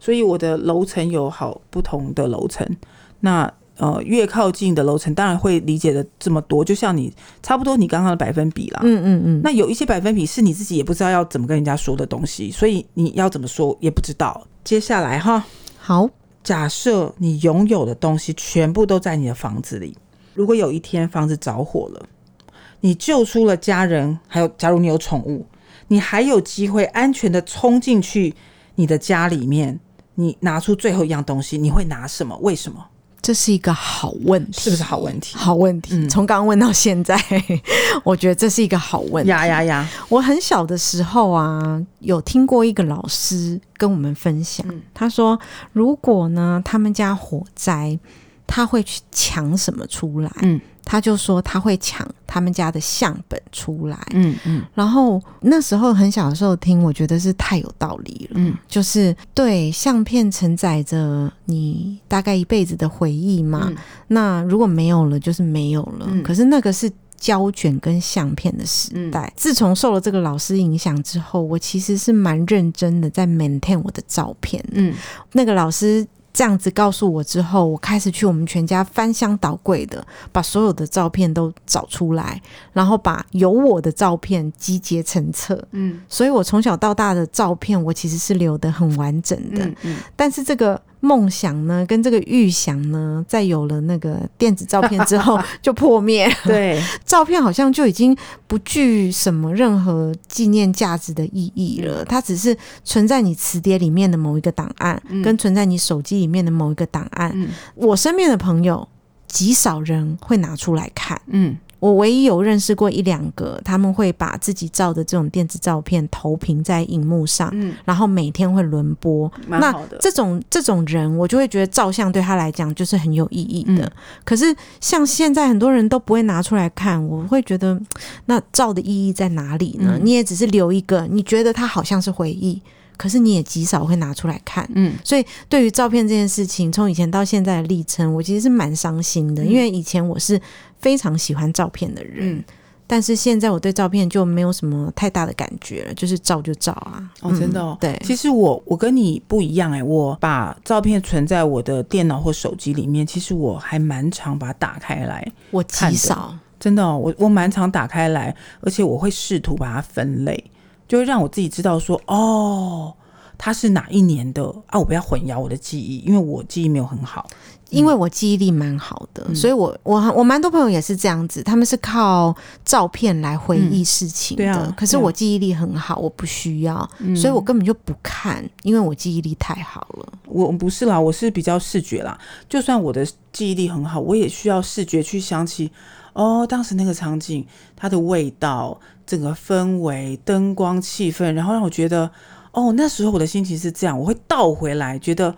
[SPEAKER 3] 所以我的楼层有好不同的楼层。那呃，越靠近的楼层，当然会理解的这么多。就像你差不多你刚刚的百分比啦，
[SPEAKER 2] 嗯嗯嗯，
[SPEAKER 3] 那有一些百分比是你自己也不知道要怎么跟人家说的东西，所以你要怎么说也不知道。接下来哈，
[SPEAKER 2] 好，
[SPEAKER 3] 假设你拥有的东西全部都在你的房子里，如果有一天房子着火了，你救出了家人，还有假如你有宠物，你还有机会安全的冲进去你的家里面，你拿出最后一样东西，你会拿什么？为什么？
[SPEAKER 2] 这是一个好问题，
[SPEAKER 3] 是不是好问题？
[SPEAKER 2] 好问题，
[SPEAKER 3] 嗯
[SPEAKER 2] 从刚刚问到现在， 我觉得这是一个好问题。
[SPEAKER 3] 呀呀呀！
[SPEAKER 2] 我很小的时候啊，有听过一个老师跟我们分享，
[SPEAKER 3] 嗯
[SPEAKER 2] 他说，如果呢他们家火灾，他会去抢什么出来？
[SPEAKER 3] 嗯
[SPEAKER 2] 他就说他会抢他们家的相本出来。
[SPEAKER 3] 嗯嗯
[SPEAKER 2] 然后那时候很小的时候听，我觉得是太有道理了。
[SPEAKER 3] 嗯
[SPEAKER 2] 就是对相片承载着你大概一辈子的回忆嘛。
[SPEAKER 3] 嗯
[SPEAKER 2] 那如果没有了，就是没有了。
[SPEAKER 3] 嗯
[SPEAKER 2] 可是那个是胶卷跟相片的时代。
[SPEAKER 3] 嗯
[SPEAKER 2] 自从受了这个老师影响之后，我其实是蛮认真的在 maintain 我的照片。
[SPEAKER 3] 嗯
[SPEAKER 2] 那个老师。这样子告诉我之后，我开始去我们全家翻箱倒柜的把所有的照片都找出来，然后把有我的照片集结成册。
[SPEAKER 3] 嗯
[SPEAKER 2] 所以我从小到大的照片，我其实是留的很完整的。
[SPEAKER 3] 嗯嗯，
[SPEAKER 2] 但是这个梦想呢，跟这个预想呢，在有了那个电子照片之 后就破灭了。
[SPEAKER 3] 对，
[SPEAKER 2] 照片好像就已经不具什么任何纪念价值的意义
[SPEAKER 3] 嗯
[SPEAKER 2] 了，它只是存在你磁碟里面的某一个档案，跟存在你手机里面的某一个档案。
[SPEAKER 3] 嗯
[SPEAKER 2] 我身边的朋友，极少人会拿出来看。
[SPEAKER 3] 嗯
[SPEAKER 2] 我唯一有认识过一两个，他们会把自己照的这种电子照片投屏在荧幕上，
[SPEAKER 3] 嗯，
[SPEAKER 2] 然后每天会轮播。
[SPEAKER 3] 蛮
[SPEAKER 2] 那
[SPEAKER 3] 好的。
[SPEAKER 2] 这种这种人，我就会觉得照相对他来讲就是很有意义的。
[SPEAKER 3] 嗯
[SPEAKER 2] 可是像现在很多人都不会拿出来看，我会觉得那照的意义在哪里呢？
[SPEAKER 3] 嗯
[SPEAKER 2] 你也只是留一个，你觉得它好像是回忆，可是你也极少会拿出来看。
[SPEAKER 3] 嗯，
[SPEAKER 2] 所以对于照片这件事情，从以前到现在的历程，我其实是蛮伤心的，因为以前我是非常喜欢照片的人。
[SPEAKER 3] 嗯嗯
[SPEAKER 2] 但是现在我对照片就没有什么太大的感觉了，就是照就照啊。
[SPEAKER 3] 哦，真的哦
[SPEAKER 2] 嗯，对，
[SPEAKER 3] 其实我我跟你不一样哎、我把照片存在我的电脑或手机里面，其实我还蛮常把它打开来，
[SPEAKER 2] 我
[SPEAKER 3] 看
[SPEAKER 2] 极
[SPEAKER 3] 的
[SPEAKER 2] 少，
[SPEAKER 3] 真的哦、我我蛮常打开来，而且我会试图把它分类，就会让我自己知道说，哦，它是哪一年的啊，我不要混淆我的记忆，因为我记忆没有很好。
[SPEAKER 2] 因为我记忆力蛮好的，
[SPEAKER 3] 嗯
[SPEAKER 2] 所以我我我蛮多朋友也是这样子，他们是靠照片来回忆事情的。
[SPEAKER 3] 嗯对啊
[SPEAKER 2] 可是
[SPEAKER 3] 对啊嗯
[SPEAKER 2] 我记忆力很好，我不需要，所以我根本就不看，因为我记忆力太好了。
[SPEAKER 3] 我不是啦，我是比较视觉啦。就算我的记忆力很好，我也需要视觉去想起，哦，当时那个场景，它的味道、整个氛围、灯光、气氛，然后让我觉得，哦，那时候我的心情是这样，我会倒回来，觉得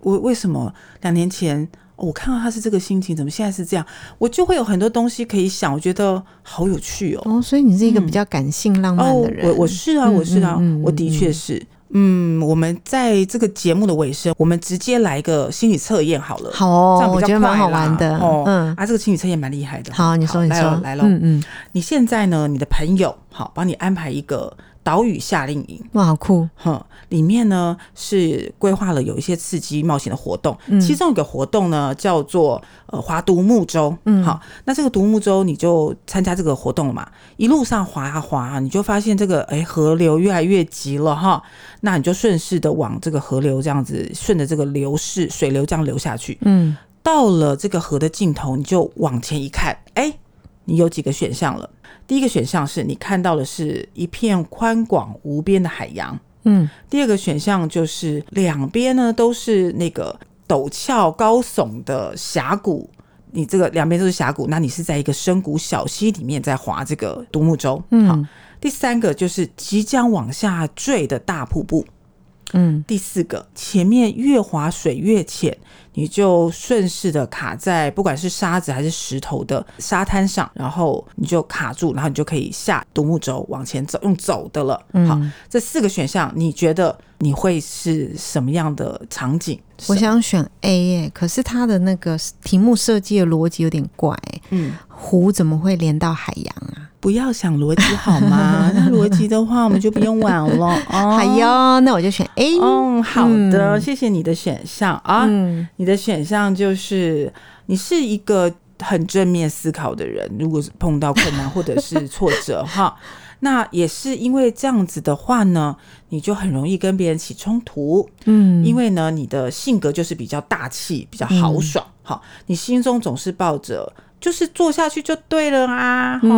[SPEAKER 3] 我为什么两年前。哦我看到他是这个心情，怎么现在是这样？我就会有很多东西可以想，我觉得好有趣哦。
[SPEAKER 2] 哦，所以你是一个比较感性浪漫的人。
[SPEAKER 3] 哦、我我是啊，
[SPEAKER 2] 嗯
[SPEAKER 3] 我是啊，
[SPEAKER 2] 嗯嗯
[SPEAKER 3] 我的确是。嗯，我们在这个节目的尾声，我们直接来个心理测验好了。
[SPEAKER 2] 好
[SPEAKER 3] 这
[SPEAKER 2] 哦
[SPEAKER 3] 样，比
[SPEAKER 2] 我
[SPEAKER 3] 较
[SPEAKER 2] 觉得蛮
[SPEAKER 3] 快
[SPEAKER 2] 好
[SPEAKER 3] 啦
[SPEAKER 2] 玩的。
[SPEAKER 3] 哦，
[SPEAKER 2] 嗯，
[SPEAKER 3] 啊，这个心理测验蛮厉害的。
[SPEAKER 2] 好，你说你
[SPEAKER 3] 来
[SPEAKER 2] 说
[SPEAKER 3] 咯，来喽。
[SPEAKER 2] 嗯嗯，
[SPEAKER 3] 你现在呢？你的朋友好，帮你安排一个岛屿夏令营。
[SPEAKER 2] 哇，好酷。
[SPEAKER 3] 哼，里面呢是规划了有一些刺激冒险的活动，其中有个活动呢叫做呃划独木舟，嗯，好，那这个独木舟你就参加这个活动嘛，一路上划啊划啊，你就发现这个哎河流越来越急了哈，那你就顺势的往这个河流这样子顺着这个流势水流这样流下去，
[SPEAKER 2] 嗯，
[SPEAKER 3] 到了这个河的尽头，你就往前一看，哎，你有几个选项了。第一个选项是你看到的是一片宽广无边的海洋，
[SPEAKER 2] 嗯，
[SPEAKER 3] 第二个选项就是两边呢都是那个陡峭高耸的峡谷，你这个两边都是峡谷，那你是在一个深谷小溪里面在划这个独木舟。
[SPEAKER 2] 嗯
[SPEAKER 3] 好，第三个就是即将往下坠的大瀑布。
[SPEAKER 2] 嗯，
[SPEAKER 3] 第四个，前面越滑水越浅，你就顺势的卡在不管是沙子还是石头的沙滩上，然后你就卡住，然后你就可以下独木舟往前走，用走的了。好，这四个选项，你觉得你会是什么样的场景？
[SPEAKER 2] 我想选 A 耶、可是它的那个题目设计的逻辑有点怪、欸，
[SPEAKER 3] 嗯，
[SPEAKER 2] 湖怎么会连到海洋啊？
[SPEAKER 3] 不要想逻辑好 吗？那逻辑的话，我们就不用玩了。哦，
[SPEAKER 2] 哎呦，那我就选 A。
[SPEAKER 3] 嗯，好的，谢谢你的选项啊。
[SPEAKER 2] 嗯，
[SPEAKER 3] 你的选项就是你是一个很正面思考的人，如果是碰到困难或者是挫折哈，那也是因为这样子的话呢，你就很容易跟别人起冲突，
[SPEAKER 2] 嗯，
[SPEAKER 3] 因为呢，你的性格就是比较大气，比较豪爽，哈、你心中总是抱着。就是做下去就对了啊，哈、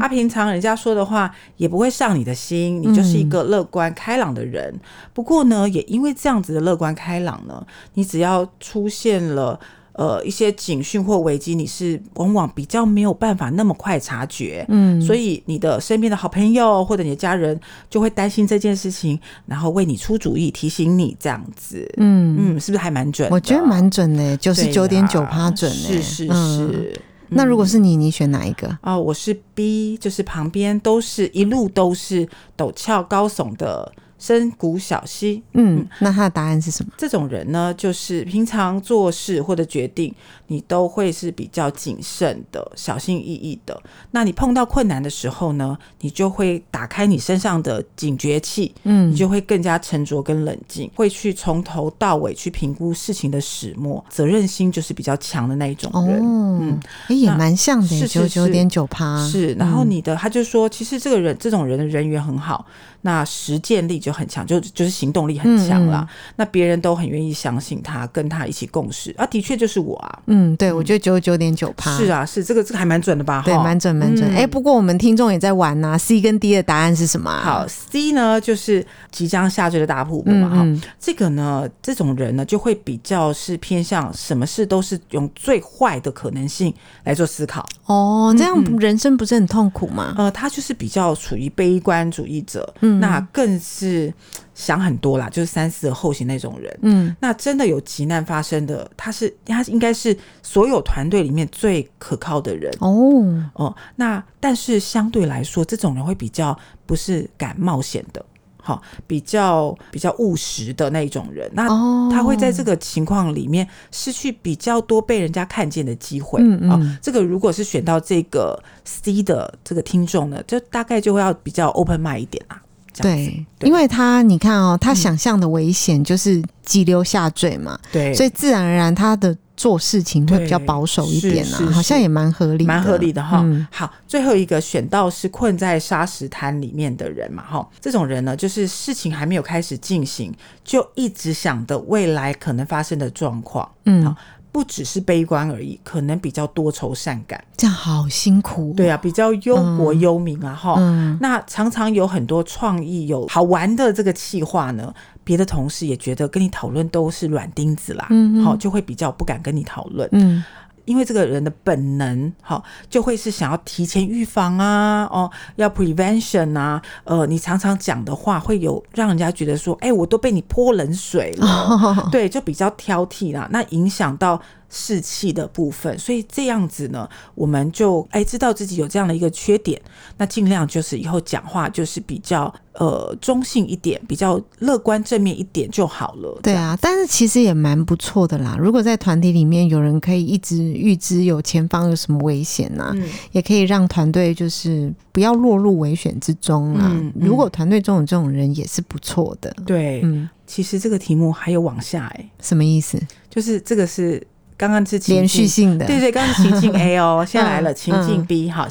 [SPEAKER 3] 啊，平常人家说的话也不会上你的心，你就是一个乐观开朗的人。不过呢，也因为这样子的乐观开朗呢，你只要出现了呃一些警讯或危机，你是往往比较没有办法那么快察觉，嗯，所以你的身边的好朋友或者你的家人就会担心这件事情，然后为你出主意，提醒你这样子，嗯嗯，是不是还蛮准的？
[SPEAKER 2] 我觉得蛮准的、九
[SPEAKER 3] 对
[SPEAKER 2] 十
[SPEAKER 3] 呀
[SPEAKER 2] 九点九趴准、欸
[SPEAKER 3] 是是是。
[SPEAKER 2] 嗯那如果是你，你选哪一个？
[SPEAKER 3] 哦，我是 B，就是旁边都是一路都是陡峭高耸的深谷小溪，
[SPEAKER 2] 嗯，那它的答案是什么？
[SPEAKER 3] 这种人呢，就是平常做事或者决定，你都会是比较谨慎的、小心翼翼的。那你碰到困难的时候呢，你就会打开你身上的警觉器，嗯，你就会更加沉着跟冷静，会去从头到尾去评估事情的始末，责任心就是比较强的那一种
[SPEAKER 2] 哦，
[SPEAKER 3] 人。
[SPEAKER 2] 嗯，也蛮像的、
[SPEAKER 3] 是
[SPEAKER 2] 九
[SPEAKER 3] 是
[SPEAKER 2] 九点九趴。
[SPEAKER 3] 是，然后你的、他就说，其实这个人这种人的人缘很好，那实践力就很强，就就是行动力很强啦。
[SPEAKER 2] 嗯
[SPEAKER 3] 那别人都很愿意相信他，跟他一起共事啊，的确就是我啊，
[SPEAKER 2] 嗯，对，我觉得九十九点九趴
[SPEAKER 3] 是啊，是这个这个还蛮准的吧？
[SPEAKER 2] 对，
[SPEAKER 3] 哈
[SPEAKER 2] 蛮准蛮准。哎、不过我们听众也在玩呐、C 跟 D 的答案是什么、啊？
[SPEAKER 3] 好，C 呢就是即将下坠的大瀑布嘛哈、
[SPEAKER 2] 嗯
[SPEAKER 3] 这个呢，这种人呢就会比较是偏向什么事都是用最坏的可能性来做思考，
[SPEAKER 2] 哦，这样人生不是很痛苦吗？
[SPEAKER 3] 呃，他就是比较处于悲观主义者，嗯，那更是想很多啦，就是三思而后行那种人，
[SPEAKER 2] 嗯，
[SPEAKER 3] 那真的有急难发生的，他是他应该是所有团队里面最可靠的人
[SPEAKER 2] 哦，
[SPEAKER 3] 哦、那但是相对来说，这种人会比较不是敢冒险的。好、比较比较务实的那种人，那
[SPEAKER 2] 哦
[SPEAKER 3] 他会在这个情况里面失去比较多被人家看见的机会。
[SPEAKER 2] 嗯嗯
[SPEAKER 3] 哦，这个如果是选到这个 C 的这个听众呢，就大概就会要比较 open mind 一点啊。这样子
[SPEAKER 2] 对，因为他你看哦，他想象的危险就是急流下坠嘛，
[SPEAKER 3] 对，
[SPEAKER 2] 所
[SPEAKER 3] 以
[SPEAKER 2] 以自然而然他的做事情会比较保守一点
[SPEAKER 3] 对是
[SPEAKER 2] 啊，
[SPEAKER 3] 是
[SPEAKER 2] 好像也蛮合理的，
[SPEAKER 3] 蛮合理的哈、
[SPEAKER 2] 嗯
[SPEAKER 3] 好，最后一个选到是困在沙石滩里面的人嘛哈，这种人呢，就是事情还没有开始进行，就一直想着未来可能发生的状况。
[SPEAKER 2] 嗯
[SPEAKER 3] 好，不只是悲观而已，可能比较多愁善感。
[SPEAKER 2] 这样好辛苦。哦
[SPEAKER 3] 对啊，比较忧国忧民啊，哈、
[SPEAKER 2] 嗯
[SPEAKER 3] 那常常有很多创意、有好玩的这个企划呢，别的同事也觉得跟你讨论都是软钉子啦，
[SPEAKER 2] 嗯嗯
[SPEAKER 3] 好、就会比较不敢跟你讨论，
[SPEAKER 2] 嗯，
[SPEAKER 3] 因为这个人的本能，好、就会是想要提前预防啊，哦，要 prevention 啊，呃，你常常讲的话会有让人家觉得说，哎、我都被你泼冷水了，对，就比较挑剔啦，那影响到士气的部分，所以这样子呢，我们就哎知道自己有这样的一个缺点，那尽量就是以后讲话就是比较呃中性一点，比较乐观正面一点就好了。
[SPEAKER 2] 对啊，但是其实也蛮不错的啦。如果在团体里面有人可以一直预知有前方有什么危险呐、
[SPEAKER 3] 这样，嗯，
[SPEAKER 2] 也可以让团队就是不要落入危险之中啦。
[SPEAKER 3] 嗯嗯
[SPEAKER 2] 如果团队中有这种人也是不错的。
[SPEAKER 3] 对，
[SPEAKER 2] 嗯，
[SPEAKER 3] 其实这个题目还有往下哎、
[SPEAKER 2] 什么意思？
[SPEAKER 3] 就是这个是刚刚是情
[SPEAKER 2] 连续
[SPEAKER 3] 境
[SPEAKER 2] 性的，
[SPEAKER 3] 对对，刚刚是 情境 A 哦，现在来了
[SPEAKER 2] 嗯
[SPEAKER 3] 情境
[SPEAKER 2] 嗯
[SPEAKER 3] B 哈、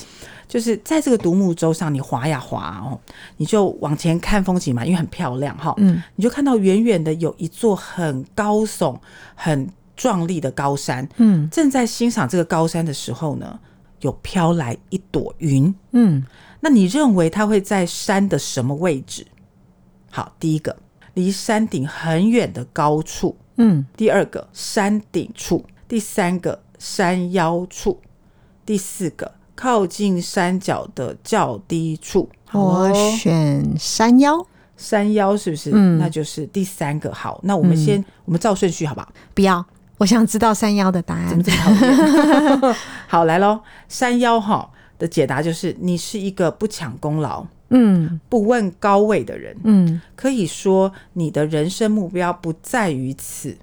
[SPEAKER 3] 就是在这个独木舟上，你划呀划哦，你就往前看风景嘛，因为很漂亮哈、
[SPEAKER 2] 嗯
[SPEAKER 3] 你就看到远远的有一座很高耸、很壮丽的高山。
[SPEAKER 2] 嗯
[SPEAKER 3] 正在欣赏这个高山的时候呢，有飘来一朵云。
[SPEAKER 2] 嗯，
[SPEAKER 3] 那你认为它会在山的什么位置？好，第一个，离山顶很远的高处；
[SPEAKER 2] 嗯，
[SPEAKER 3] 第二个，山顶处；第三个，山腰处；第四个，靠近山脚的较低处。好
[SPEAKER 2] 我
[SPEAKER 3] 哦
[SPEAKER 2] 选山腰，
[SPEAKER 3] 山腰是不是？
[SPEAKER 2] 嗯
[SPEAKER 3] 那就是第三个。好，那我们先、我们照顺序好不好？
[SPEAKER 2] 不要，我想知道山腰的答
[SPEAKER 3] 怎么
[SPEAKER 2] 案。
[SPEAKER 3] 这么 讨厌？好，来喽，山腰哈的解答就是你是一个不抢功劳、
[SPEAKER 2] 嗯
[SPEAKER 3] 不问高位的人，
[SPEAKER 2] 嗯，
[SPEAKER 3] 可以说你的人生目标不在于此，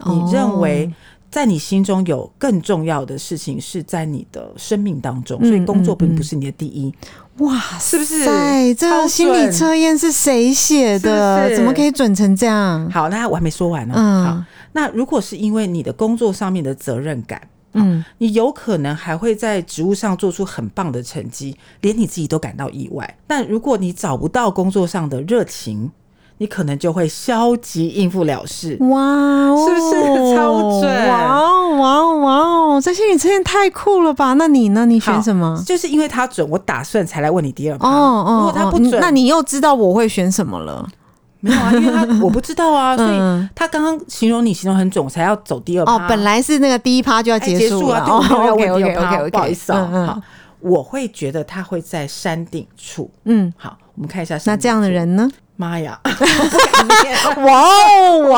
[SPEAKER 2] 哦
[SPEAKER 3] 你认为。在你心中有更重要的事情是在你的生命当中，
[SPEAKER 2] 嗯
[SPEAKER 3] 所以工作并不是你的第一，
[SPEAKER 2] 哇，
[SPEAKER 3] 是不是
[SPEAKER 2] 嗯塞，这
[SPEAKER 3] 超
[SPEAKER 2] 个
[SPEAKER 3] 准
[SPEAKER 2] 心理测验是谁写的？
[SPEAKER 3] 是不是
[SPEAKER 2] 怎么可以准成这样？
[SPEAKER 3] 好，那我还没说完呢、
[SPEAKER 2] 嗯
[SPEAKER 3] 好，那如果是因为你的工作上面的责任感，
[SPEAKER 2] 嗯，
[SPEAKER 3] 你有可能还会在职务上做出很棒的成绩，连你自己都感到意外。但如果你找不到工作上的热情，你可能就会消极应付了事。
[SPEAKER 2] 哇哦，
[SPEAKER 3] 是不是超准
[SPEAKER 2] 哇哦哇哦哇哦，这心理测验太酷了吧？那你呢？你选什么？
[SPEAKER 3] 就是因为他准，我打算才来问你第二
[SPEAKER 2] 哦
[SPEAKER 3] 趴。
[SPEAKER 2] 哦，
[SPEAKER 3] 如果他不
[SPEAKER 2] 哦
[SPEAKER 3] 准，
[SPEAKER 2] 那你又知道我会选什么了？
[SPEAKER 3] 没有啊，因为他我不知道啊，所 以
[SPEAKER 2] 嗯
[SPEAKER 3] 他刚刚形容你形容很准，我才要走第二趴。
[SPEAKER 2] 哦，本来是那个第一趴就要
[SPEAKER 3] 哎结
[SPEAKER 2] 束
[SPEAKER 3] 啊，
[SPEAKER 2] 了，哦
[SPEAKER 3] 对，我没有要问第
[SPEAKER 2] OK
[SPEAKER 3] 二趴，
[SPEAKER 2] OK
[SPEAKER 3] 不好意思啊。
[SPEAKER 2] 嗯
[SPEAKER 3] 好
[SPEAKER 2] 嗯，
[SPEAKER 3] 我会觉得他会在山顶处。
[SPEAKER 2] 嗯，
[SPEAKER 3] 好，我们看一下山
[SPEAKER 2] 那
[SPEAKER 3] 顶
[SPEAKER 2] 这样的
[SPEAKER 3] 处，
[SPEAKER 2] 人呢？
[SPEAKER 3] 妈呀， 我不敢念
[SPEAKER 2] 哇哦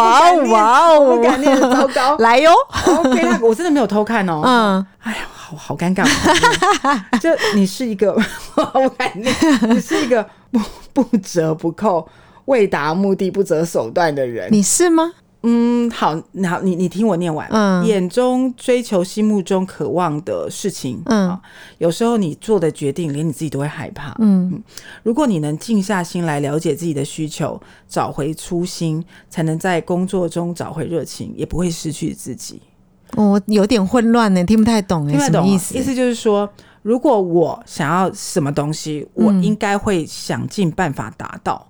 [SPEAKER 2] 哇
[SPEAKER 3] 我不敢
[SPEAKER 2] 哦
[SPEAKER 3] 念
[SPEAKER 2] 哇哦！
[SPEAKER 3] 我不敢念，糟糕。
[SPEAKER 2] 来哟，
[SPEAKER 3] OK，那个我真的没有偷看哦。
[SPEAKER 2] 嗯，
[SPEAKER 3] 哎呀，好好尴尬。哦 就你是一个，我感觉你是一个不不折不扣、为达目的不择手段的人。
[SPEAKER 2] 你是吗？
[SPEAKER 3] 嗯，好，那好，你你听我念完。
[SPEAKER 2] 嗯
[SPEAKER 3] 眼中追求、心目中渴望的事情，
[SPEAKER 2] 嗯
[SPEAKER 3] 啊，有时候你做的决定，连你自己都会害怕。
[SPEAKER 2] 嗯
[SPEAKER 3] 如果你能静下心来了解自己的需求，找回初心，才能在工作中找回热情，也不会失去自己。
[SPEAKER 2] 我有点混乱呢，听不太懂哎，
[SPEAKER 3] 听得
[SPEAKER 2] 什
[SPEAKER 3] 懂
[SPEAKER 2] 么
[SPEAKER 3] 吗
[SPEAKER 2] 意思？
[SPEAKER 3] 意思就是说，如果我想要什么东西，
[SPEAKER 2] 嗯
[SPEAKER 3] 我应该会想尽办法达到，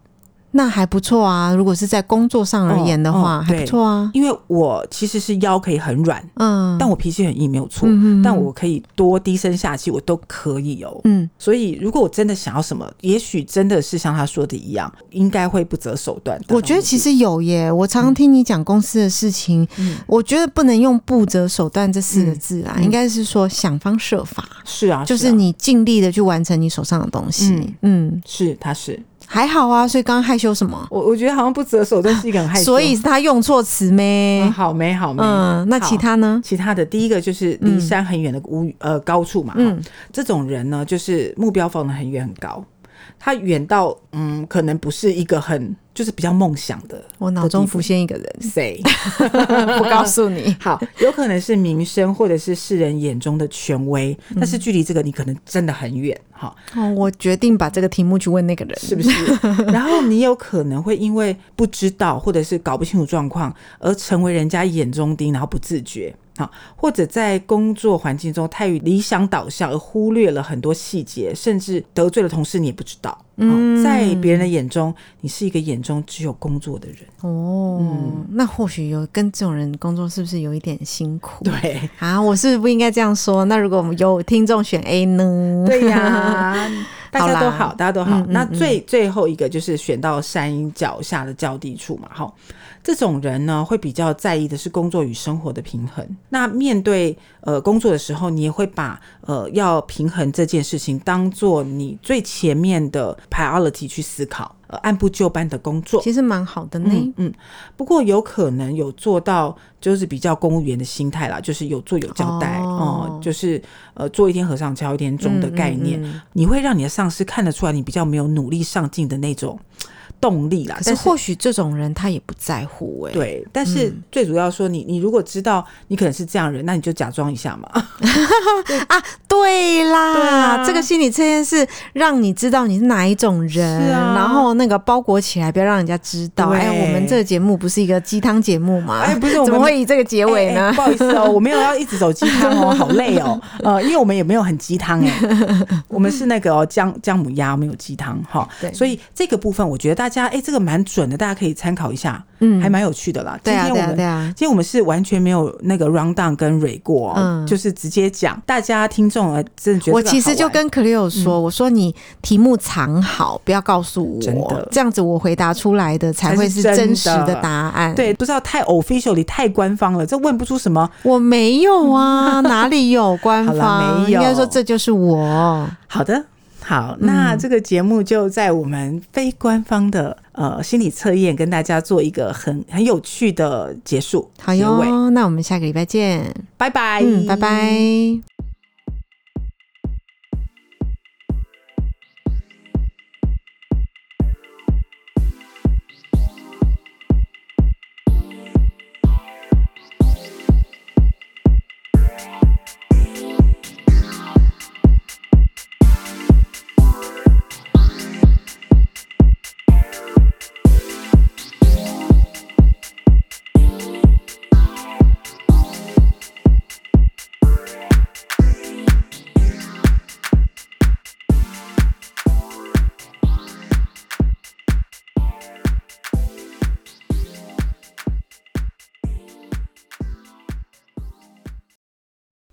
[SPEAKER 2] 那还不错啊，如果是在工作上而言的
[SPEAKER 3] 哦
[SPEAKER 2] 话，
[SPEAKER 3] 哦
[SPEAKER 2] 还不错啊。
[SPEAKER 3] 因为我其实是腰可以很软，
[SPEAKER 2] 嗯，
[SPEAKER 3] 但我脾气很硬，没有错。
[SPEAKER 2] 嗯嗯嗯
[SPEAKER 3] 但我可以多低声下气，我都可以哦。
[SPEAKER 2] 嗯
[SPEAKER 3] 所以，如果我真的想要什么，也许真的是像他说的一样，应该会不择手段。
[SPEAKER 2] 我觉得其实有耶，我常常听你讲公司的事情，
[SPEAKER 3] 嗯
[SPEAKER 2] 我觉得不能用不择手段这四个字啊，
[SPEAKER 3] 嗯嗯
[SPEAKER 2] 应该是说想方设法，
[SPEAKER 3] 是啊，
[SPEAKER 2] 就是
[SPEAKER 3] 啊
[SPEAKER 2] 你尽力的去完成你手上的东西。嗯
[SPEAKER 3] 是他是
[SPEAKER 2] 还好啊，所以刚刚害羞什么？
[SPEAKER 3] 我，我觉得好像不择手段是一个很害羞。
[SPEAKER 2] 所以是他用错词
[SPEAKER 3] 嗯
[SPEAKER 2] 咩？
[SPEAKER 3] 好没好没，
[SPEAKER 2] 嗯，那其
[SPEAKER 3] 好
[SPEAKER 2] 他呢？
[SPEAKER 3] 其他的第一个就是离山很远的屋呃高处嘛，
[SPEAKER 2] 嗯
[SPEAKER 3] 这种人呢，就是目标放得很远很高，它远到嗯，可能不是一个很就是比较梦想的。
[SPEAKER 2] 我脑中浮现一个人，
[SPEAKER 3] 谁？
[SPEAKER 2] 不告诉你。
[SPEAKER 3] 好，有可能是名声或者是世人眼中的权威，但是距离这个你可能真的很远。好，
[SPEAKER 2] 哦， 我决定把这个题目去问那个人。
[SPEAKER 3] 是不 是？然后你有可能会因为不知道或者是搞不清楚状况，而成为人家眼中钉，然后不自觉。好，或者在工作环境中太于理想导向，而忽略了很多细节，甚至得罪了同事，你也不知道。嗯，在别人的眼中，你是一个眼中只有工作的人。
[SPEAKER 2] 哦，那或许有跟这种人工作，是不是有一点辛苦？
[SPEAKER 3] 对，
[SPEAKER 2] 啊，我是不是不应该这样说。那如果我们有听众选 A 呢？
[SPEAKER 3] 对呀、大家都
[SPEAKER 2] 好嗯
[SPEAKER 3] 好，大家都好。那最最后一个就是选到山脚下的较低处嘛，哈。这种人呢，会比较在意的是工作与生活的平衡。那面对呃工作的时候，你也会把呃要平衡这件事情当做你最前面的 priority 去思考，呃按部就班的工作。
[SPEAKER 2] 其实蛮好的呢。
[SPEAKER 3] 嗯，不过有可能有做到，就是比较公务员的心态啦，就是有做有交代
[SPEAKER 2] 哦
[SPEAKER 3] 哦、就是呃做一天和尚敲一天钟的概念，
[SPEAKER 2] 嗯嗯嗯
[SPEAKER 3] 你会让你的上司看得出来你比较没有努力上进的那种动力啦。
[SPEAKER 2] 可是
[SPEAKER 3] 但是
[SPEAKER 2] 或许这种人他也不在乎哎、
[SPEAKER 3] 对，但是最主要说你，你如果知道你可能是这样人，那你就假装一 下嘛。
[SPEAKER 2] 啊，对啦，
[SPEAKER 3] 对啊
[SPEAKER 2] 这个心理测验是让你知道你是哪一种人，
[SPEAKER 3] 是啊
[SPEAKER 2] 然后那个包裹起来，不要让人家知道。
[SPEAKER 3] 对
[SPEAKER 2] 哎，我们这个节目不是一个鸡汤节目吗？
[SPEAKER 3] 哎 不是我们
[SPEAKER 2] 怎么会以这个结尾
[SPEAKER 3] 哎
[SPEAKER 2] 呢？
[SPEAKER 3] 哎不好意思 哦，我没有要一直走鸡汤哦，好累哦。呃，因为我们也没有很鸡 汤哎，我们是那个、哦、姜姜母鸭，没有鸡汤哈。
[SPEAKER 2] 对
[SPEAKER 3] 哎所以这个部分我觉得大家哎、这个蛮准的，大家可以参考一下，
[SPEAKER 2] 嗯
[SPEAKER 3] 还蛮有趣的啦。
[SPEAKER 2] 对啊，
[SPEAKER 3] 今
[SPEAKER 2] 对
[SPEAKER 3] 天我
[SPEAKER 2] 啊，
[SPEAKER 3] 们
[SPEAKER 2] 对啊。
[SPEAKER 3] 今天我们是完全没有那个 round down 跟 re 过、哦，
[SPEAKER 2] 嗯
[SPEAKER 3] 就是直接讲，大家听众呃真的觉得
[SPEAKER 2] 我
[SPEAKER 3] 这个
[SPEAKER 2] 其实就
[SPEAKER 3] 好玩
[SPEAKER 2] 跟
[SPEAKER 3] 嗯
[SPEAKER 2] Cleo 说，我说你题目藏好，不要告诉
[SPEAKER 3] 真
[SPEAKER 2] 我
[SPEAKER 3] 的，
[SPEAKER 2] 这样子我回答出来的才会是
[SPEAKER 3] 才是真
[SPEAKER 2] 真
[SPEAKER 3] 的
[SPEAKER 2] 实的答案。，
[SPEAKER 3] 对，不知道太 officially 太官方了，这问不出什么
[SPEAKER 2] 我没有 啊，哪里有官
[SPEAKER 3] 好啦
[SPEAKER 2] 方？
[SPEAKER 3] 没有
[SPEAKER 2] 应该说这就是我。
[SPEAKER 3] 好的，好，
[SPEAKER 2] 嗯
[SPEAKER 3] 那这个节目就在我们非官方的呃心理测验跟大家做一个很很有趣的结束，
[SPEAKER 2] 好
[SPEAKER 3] 结尾，
[SPEAKER 2] 哟，那我们下个礼拜见。
[SPEAKER 3] 嗯拜拜，
[SPEAKER 2] 嗯，拜拜。